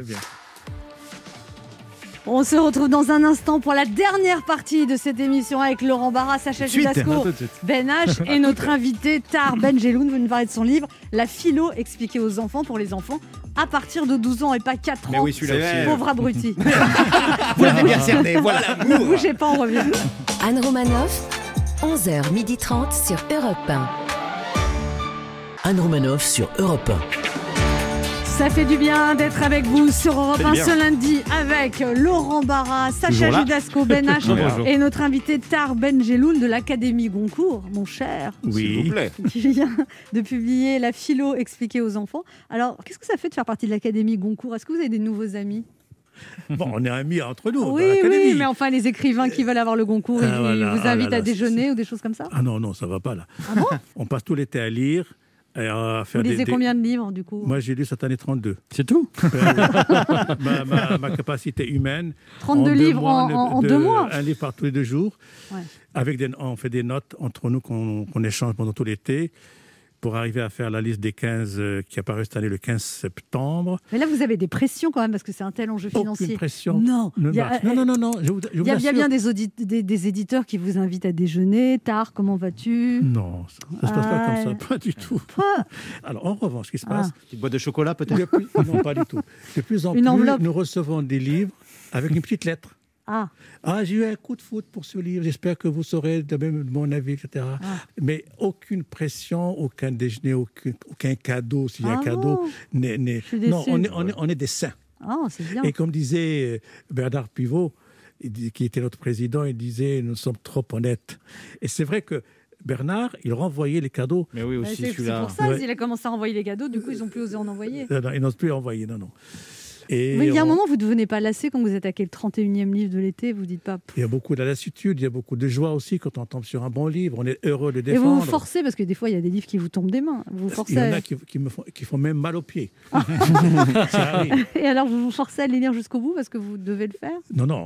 Speaker 3: On se retrouve dans un instant pour la dernière partie de cette émission avec Laurent Barra,
Speaker 14: Tout
Speaker 3: Sacha
Speaker 14: de suite. À
Speaker 3: Judasco,
Speaker 14: tout de suite.
Speaker 3: Ben H
Speaker 14: À
Speaker 3: et notre invité Tar Benjeloun venu nous parler de son livre La philo expliquée aux enfants pour les enfants à partir de 12 ans et pas 4
Speaker 1: Mais
Speaker 3: ans.
Speaker 1: oui, celui-là
Speaker 3: C'est
Speaker 14: hein.
Speaker 1: aussi.
Speaker 3: Pauvre abruti.
Speaker 1: Vous l'avez bien cerné, voilà.
Speaker 14: hein.
Speaker 3: ne bougez pas, on revient.
Speaker 13: Anne Romanoff, 11h30 sur Europe 1.
Speaker 2: Anne Romanoff sur Europe 1.
Speaker 3: Ça fait du bien d'être avec vous sur Europe
Speaker 14: C'est
Speaker 3: 1
Speaker 14: bien.
Speaker 3: ce lundi avec Laurent Barra, Sacha
Speaker 14: Toujours là.
Speaker 3: Judasco, Ben H
Speaker 14: Bonjour.
Speaker 3: et notre invité Tar Benjeloun de l'Académie Goncourt, mon cher.
Speaker 14: S'il vous plaît.
Speaker 3: Qui vient de publier La philo expliquée aux enfants. Alors, qu'est-ce que ça fait de faire partie de l'Académie Goncourt Est-ce que vous avez des nouveaux amis
Speaker 11: Bon, on est amis entre Ah, nous. dans
Speaker 3: Oui,
Speaker 11: l'académie.
Speaker 3: oui, mais enfin, les écrivains qui veulent avoir le Goncourt, ils
Speaker 11: Ah, voilà,
Speaker 3: vous
Speaker 11: ah
Speaker 3: invitent
Speaker 11: là
Speaker 3: à
Speaker 11: là,
Speaker 3: déjeuner ou des choses comme ça
Speaker 11: Ah non, non, ça va pas là. on passe tout l'été à lire et à
Speaker 3: Ah Vous
Speaker 11: faire des,
Speaker 3: lisez
Speaker 11: des-
Speaker 3: combien de livres, du coup
Speaker 11: Moi, j'ai lu cette année 32.
Speaker 7: C'est tout
Speaker 11: ma, ma- ma capacité humaine.
Speaker 3: 32
Speaker 11: deux
Speaker 3: livres en-
Speaker 11: ne-
Speaker 3: en- en
Speaker 11: de-
Speaker 3: deux mois.
Speaker 11: Un livre par tous les deux jours.
Speaker 3: Ouais.
Speaker 11: Avec des, on fait des notes entre nous qu'on qu'on échange pendant tout l'été pour arriver à faire la liste des 15 euh, qui apparaît cette année le 15 septembre.
Speaker 3: Mais là, vous avez des pressions quand même, parce que c'est un tel enjeu financier.
Speaker 11: Aucune pression.
Speaker 3: Non.
Speaker 11: ne
Speaker 3: il y a-
Speaker 11: marche. non, non, non, non. Je vous, je
Speaker 3: Il
Speaker 11: vous
Speaker 3: y a, il y a
Speaker 11: assure.
Speaker 3: bien des, audit- des, des éditeurs qui vous invitent à déjeuner. Tard, comment vas-tu
Speaker 11: Non, ça ne se passe pas comme
Speaker 3: Ah.
Speaker 11: ça, pas du tout. Alors, en revanche, ce qui se passe.
Speaker 3: Ah.
Speaker 11: Petite boîte de chocolat, peut-être Non, pas du tout. De plus en
Speaker 3: Une
Speaker 11: plus,
Speaker 3: enveloppe.
Speaker 11: nous recevons des livres avec une petite lettre.
Speaker 3: Ah.
Speaker 11: Ah, j'ai eu un coup de foot pour ce livre, j'espère que vous saurez de même de mon avis, etc.
Speaker 3: Ah.
Speaker 11: Mais aucune pression, aucun déjeuner, aucun, aucun cadeau, s'il y a
Speaker 3: Ah
Speaker 11: un cadeau.
Speaker 3: bon
Speaker 11: n'est- n'est-
Speaker 3: Je suis
Speaker 11: Non,
Speaker 3: déçue.
Speaker 11: on est, on, est, on est des saints.
Speaker 3: Ah, c'est bien.
Speaker 11: Et comme disait euh, Bernard Pivot, il dit- qui était notre président, il disait nous sommes trop honnêtes. Et c'est vrai que Bernard, il renvoyait les cadeaux. Mais oui,
Speaker 3: Ouais, Bah, c'est c'est pour ça qu'il a commencé à envoyer les cadeaux. Du coup, ils n'ont plus osé en envoyer.
Speaker 11: il n'ose plus les envoyer, non, non. Euh, Et
Speaker 3: Mais il y a un
Speaker 11: on-
Speaker 3: moment, vous ne devenez pas lassé quand vous attaquez le 31e livre de l'été. Vous dites pas.
Speaker 11: il y a beaucoup de lassitude, il y a beaucoup de joie aussi quand on tombe sur un bon livre. On est heureux de le
Speaker 3: Et
Speaker 11: défendre.
Speaker 3: vous vous forcez, parce que des fois, il y a des livres qui vous tombent des mains. Vous vous forcez.
Speaker 11: Il y
Speaker 3: Ah.
Speaker 11: en
Speaker 3: à-
Speaker 11: a qui, qui me font, qui font même mal aux pieds. Ça arrive.
Speaker 3: Et alors, vous vous forcez à les lire jusqu'au bout parce que vous devez le faire
Speaker 11: Non, non,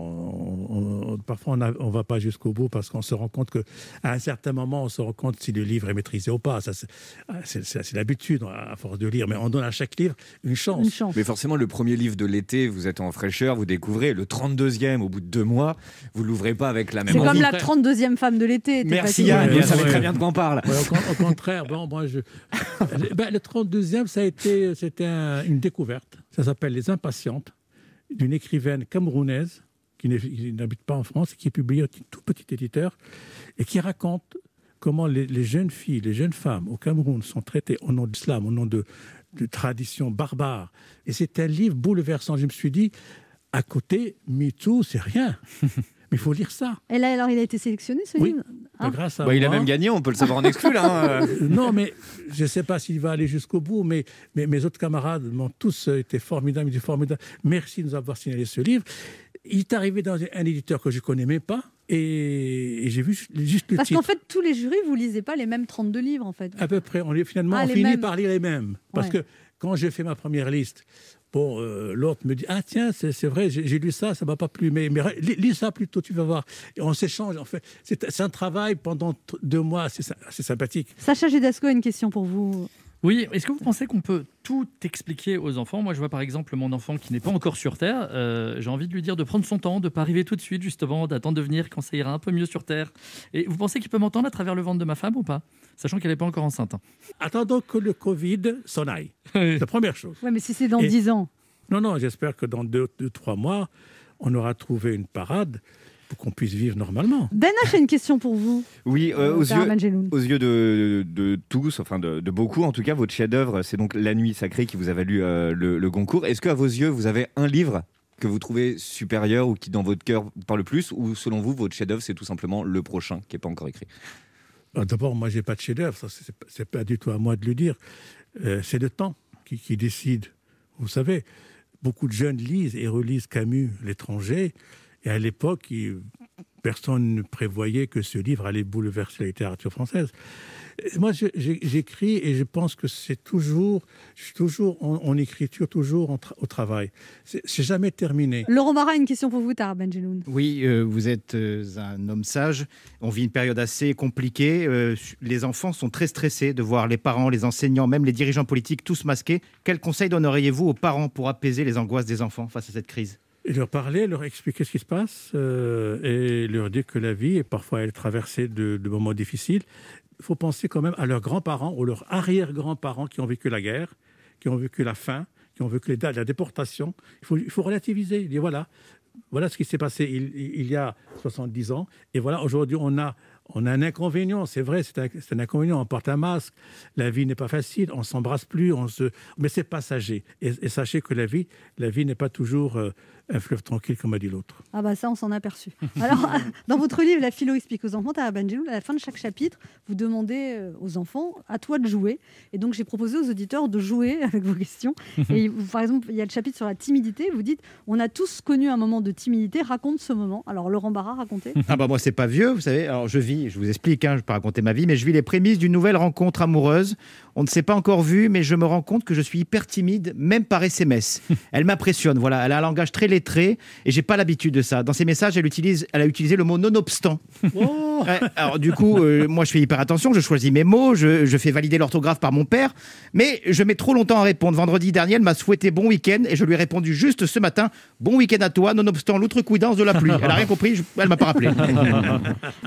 Speaker 11: on- on- parfois on ne va pas jusqu'au bout parce qu'on se rend compte que à un certain moment, on se rend compte si le livre est maîtrisé ou pas. Ça, c'est- ah, c'est c'est- c'est l'habitude hein, à à force de lire, mais on donne à chaque livre une chance.
Speaker 5: Mais forcément, le premier livre de l'été, vous êtes en fraîcheur, vous découvrez. Le 32e, au bout de deux mois, vous l'ouvrez pas avec la même
Speaker 3: C'est comme
Speaker 5: envie.
Speaker 3: la 32e femme de l'été. t'es
Speaker 5: Merci
Speaker 3: fatiguée.
Speaker 5: Anne, vous
Speaker 11: Ouais,
Speaker 5: savez
Speaker 11: ouais.
Speaker 5: très bien de quoi on parle.
Speaker 11: Ouais, au, con- au contraire, bon, moi, je... le, ben, le 32e, ça a été, c'était un- une découverte. Ça s'appelle Les Impatientes, d'une écrivaine camerounaise qui n'est- qui n'habite pas en France, qui est publiée au t- tout petit éditeur, et qui raconte comment les, les jeunes filles, les jeunes femmes au Cameroun sont traitées au nom de l'islam, au nom de, de traditions barbares. Et c'est un livre bouleversant. Je me suis dit, à côté, MeToo, c'est rien. Mais il faut lire ça.
Speaker 3: Et là, alors, il a été sélectionné, ce livre Ah.
Speaker 11: Grâce à
Speaker 5: Bah, il a
Speaker 11: moi.
Speaker 5: même gagné, on peut le savoir en exclu, là, hein.
Speaker 11: Euh, non, mais je ne sais pas s'il va aller jusqu'au bout, mais, mais mes autres camarades m'ont tous euh, été formidables, ils disent formidables. Merci de nous avoir signalé ce livre. Il est arrivé dans un éditeur que je ne connais même pas, et, et j'ai vu ju- juste le
Speaker 3: Parce
Speaker 11: titre.
Speaker 3: qu'en fait, tous les jurys, vous lisez pas les mêmes 32 livres, en fait.
Speaker 11: À peu près, on est finalement
Speaker 3: Ah,
Speaker 11: on
Speaker 3: les
Speaker 11: finit
Speaker 3: mêmes.
Speaker 11: par lire les mêmes, parce
Speaker 3: Ouais.
Speaker 11: que quand je fais ma première liste. Bon, euh, l'autre me dit Ah, tiens, c'est c'est vrai, j'ai j'ai lu ça, ça m'a pas plu, mais, mais lis, lis ça plutôt, tu vas voir. Et on s'échange, en fait. C'est c'est un travail pendant t- deux mois, c'est sy- c'est sympathique.
Speaker 3: Sacha Gedasco a une question pour vous.
Speaker 7: Oui, est-ce que vous pensez qu'on peut tout expliquer aux enfants Moi, je vois par exemple mon enfant qui n'est pas encore sur Terre. euh, J'ai envie de lui dire de prendre son temps, de pas arriver tout de suite, justement, d'attendre de venir quand ça ira un peu mieux sur Terre. Et vous pensez qu'il peut m'entendre à travers le ventre de ma femme ou pas Sachant qu'elle n'est pas encore enceinte. hein.
Speaker 11: Attendons que le Covid s'en aille. C'est la première chose.
Speaker 3: Ouais, mais si c'est dans
Speaker 11: Et-
Speaker 3: 10 ans.
Speaker 11: Non, non, j'espère que dans deux, deux, trois mois, on aura trouvé une parade pour qu'on puisse vivre normalement.
Speaker 3: Ben H a une question pour vous.
Speaker 4: Oui, euh, aux,
Speaker 3: Sarah
Speaker 4: yeux,
Speaker 3: Mangeloun.
Speaker 4: aux yeux de, de tous, enfin de, de beaucoup en tout cas, votre chef-d'œuvre, c'est donc La Nuit Sacrée qui vous a valu euh, le, le Goncourt. Est-ce qu'à vos yeux, vous avez un livre que vous trouvez supérieur ou qui dans votre cœur vous parle plus Ou selon vous, votre chef-d'œuvre, c'est tout simplement le prochain qui n'est pas encore écrit
Speaker 11: Alors, Euh, D'abord, moi, j'ai pas de chef-d'œuvre, ça, c'est pas- c'est pas du tout à moi de le dire. Euh, c'est le temps qui, qui décide. Vous savez, beaucoup de jeunes lisent et relisent Camus, l'étranger, et à l'époque, il- personne ne prévoyait que ce livre allait bouleverser la littérature française. Et Moi, je- j'ai- j'écris et je pense que c'est toujours, je suis toujours en, en écriture, toujours en tra- au travail. C'est c'est jamais terminé.
Speaker 3: Laurent Barra a une question pour vous, Tara Benjeloun.
Speaker 1: Oui, euh, vous êtes euh, un homme sage. On vit une période assez compliquée. Euh, su- les enfants sont très stressés de voir les parents, les enseignants, même les dirigeants politiques tous masqués. Quel conseil donneriez-vous aux parents pour apaiser les angoisses des enfants face à cette crise
Speaker 11: Et leur parler, leur expliquer ce qui se passe euh, et leur dire que la vie est parfois elle est traversée de, de moments difficiles. Il faut penser quand même à leurs grands-parents ou leurs arrière-grands-parents qui ont vécu la guerre, qui ont vécu la faim, qui ont vécu les dates, la déportation. Il faut, il faut relativiser. Dire voilà, voilà ce qui s'est passé il, il y a 70 ans et voilà aujourd'hui on a on a un inconvénient, c'est vrai, c'est un, c'est un inconvénient. On porte un masque, la vie n'est pas facile, on s'embrasse plus, on se, mais c'est passager. Et, et sachez que la vie, la vie n'est pas toujours euh, un fleuve tranquille, comme a dit l'autre.
Speaker 3: Ah bah ça, on s'en est aperçu. Alors, euh, dans votre livre, La philo explique aux enfants, Tara Benjeloul, à la fin de chaque chapitre, vous demandez euh, aux enfants, à toi de jouer. Et donc, j'ai proposé aux auditeurs de jouer avec vos questions. Et vous- par exemple, il y a le chapitre sur la timidité. Vous dites, on a tous connu un moment de timidité, raconte ce moment. Alors, Laurent Barra, racontez.
Speaker 1: Ah bah moi c'est pas vieux, vous savez. Alors je vis, je vous explique, hein, je vais pas raconter ma vie, mais je vis les prémices d'une nouvelle rencontre amoureuse. On ne s'est pas encore vu, mais je me rends compte que je suis hyper timide, même par SMS. Elle m'impressionne, voilà. Elle a un langage très lettré et j'ai pas l'habitude de ça. Dans ses messages, elle utilise, elle a utilisé le mot nonobstant. Ouais, alors du coup, euh, moi je fais hyper attention, je choisis mes mots, je, je fais valider l'orthographe par mon père, mais je mets trop longtemps à répondre. Vendredi dernier, elle m'a souhaité bon week-end et je lui ai répondu juste ce matin, bon week-end à toi, nonobstant l'outrecuidance de la pluie. Elle a rien compris, je- elle m'a pas rappelé.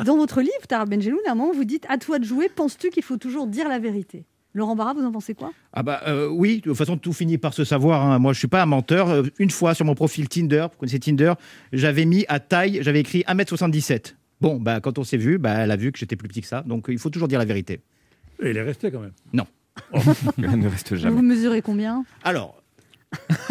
Speaker 3: Dans votre livre, Tara Benjeloun, à un moment, vous dites, à toi de jouer, penses-tu qu'il faut toujours dire la vérité Laurent Barra, vous en pensez quoi
Speaker 1: Ah bah euh, oui, de toute façon tout finit par se savoir. hein. Moi je suis pas un menteur. Euh, Une fois sur mon profil Tinder, vous connaissez Tinder, j'avais mis à taille, j'avais écrit 1m77. Bon, bah quand on s'est vu, bah, elle a vu que j'étais plus petit que ça, donc euh, il faut toujours dire la vérité.
Speaker 11: Et il est resté quand même.
Speaker 1: Non. Oh, elle ne reste
Speaker 3: Vous mesurez combien
Speaker 1: Alors,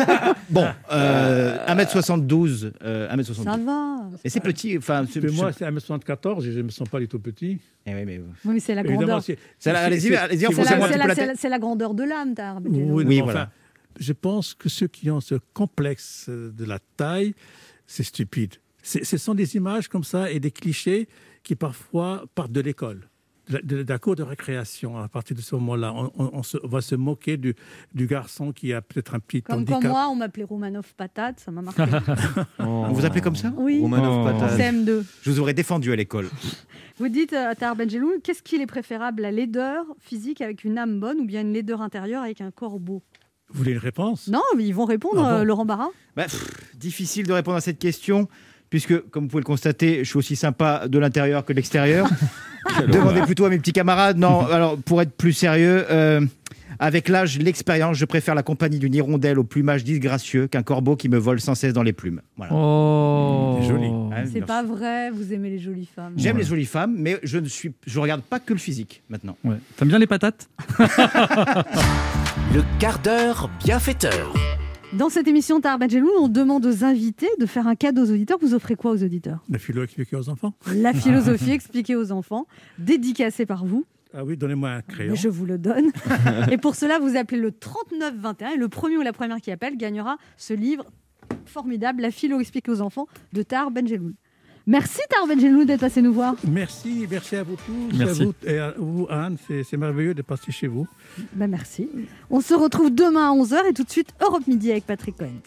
Speaker 1: bon, euh, 1m72, euh, 1m72.
Speaker 3: Ça va.
Speaker 1: Mais c'est petit, enfin...
Speaker 11: Mais moi, c'est 1m74 et je ne me sens pas du tout petit.
Speaker 1: Eh oui, mais...
Speaker 3: Oui, mais c'est la
Speaker 11: Évidemment,
Speaker 3: grandeur.
Speaker 11: si-
Speaker 1: C'est la-
Speaker 11: si-
Speaker 1: allez-y,
Speaker 11: si-
Speaker 1: allez-y,
Speaker 11: si vous-
Speaker 3: C'est la-
Speaker 1: Foncez-moi un
Speaker 3: c'est
Speaker 1: petit
Speaker 3: la,
Speaker 1: peu la
Speaker 3: c'est
Speaker 1: tête.
Speaker 3: la- c'est la grandeur de l'âme, Tara
Speaker 11: Oui,
Speaker 3: Benjeloun.
Speaker 11: non, mais enfin, je pense que ceux qui ont ce complexe euh, de la taille, c'est stupide. C'est- Ce sont des images comme ça et des clichés qui parfois partent de l'école, de la, de la cour de récréation. À partir de ce moment-là, on, on- on se- on va se moquer du, du garçon qui a peut-être un petit
Speaker 3: Comme quand
Speaker 11: handicap.
Speaker 3: moi, on m'appelait Romanov Patate, ça m'a marqué.
Speaker 1: Vous vous appelez comme ça
Speaker 3: Oui.
Speaker 1: Romanov
Speaker 3: Ah. Oh.
Speaker 1: Patate.
Speaker 3: CM2.
Speaker 1: Je vous aurais défendu à l'école.
Speaker 3: Vous dites euh, à Tahar Benjeloun, qu'est-ce qu'il est préférable, la laideur physique avec une âme bonne ou bien une laideur intérieure avec un corps beau
Speaker 11: Vous voulez une réponse
Speaker 3: Non, mais ils vont répondre,
Speaker 1: Ah bon
Speaker 3: euh, Laurent Barra.
Speaker 1: Bah, pff, difficile de répondre à cette question, puisque, comme vous pouvez le constater, je suis aussi sympa de l'intérieur que de l'extérieur. Demandez plutôt à mes petits camarades. Non, alors, pour être plus sérieux, euh, avec l'âge, l'expérience, je préfère la compagnie d'une hirondelle au plumage disgracieux qu'un corbeau qui me vole sans cesse dans les plumes. Voilà.
Speaker 7: Oh
Speaker 1: C'est joli.
Speaker 3: C'est pas vrai, vous aimez les jolies femmes.
Speaker 1: J'aime les jolies femmes, mais je ne suis, je regarde pas que le physique maintenant.
Speaker 7: Ouais. T'aimes bien les patates
Speaker 2: Le quart d'heure bienfaiteur.
Speaker 3: Dans cette émission Tahar Benjeloun, on demande aux invités de faire un cadeau aux auditeurs. Vous offrez quoi aux auditeurs
Speaker 11: La philo expliquée aux enfants.
Speaker 3: La philosophie expliquée aux enfants, dédicacée par vous.
Speaker 11: Ah oui, donnez-moi un crayon.
Speaker 3: Mais je vous le donne. Et pour cela, vous appelez le 3921 et le premier ou la première qui appelle gagnera ce livre formidable, La philo expliquée aux enfants de Tahar Benjeloun. Merci Tahar Benjeloun d'être passé nous voir.
Speaker 11: Merci, merci à vous tous,
Speaker 7: Merci.
Speaker 11: à vous et à vous Anne, c'est c'est merveilleux de passer chez vous.
Speaker 3: Ben, merci. On se retrouve demain à 11h et tout de suite Europe Midi avec Patrick Cohen.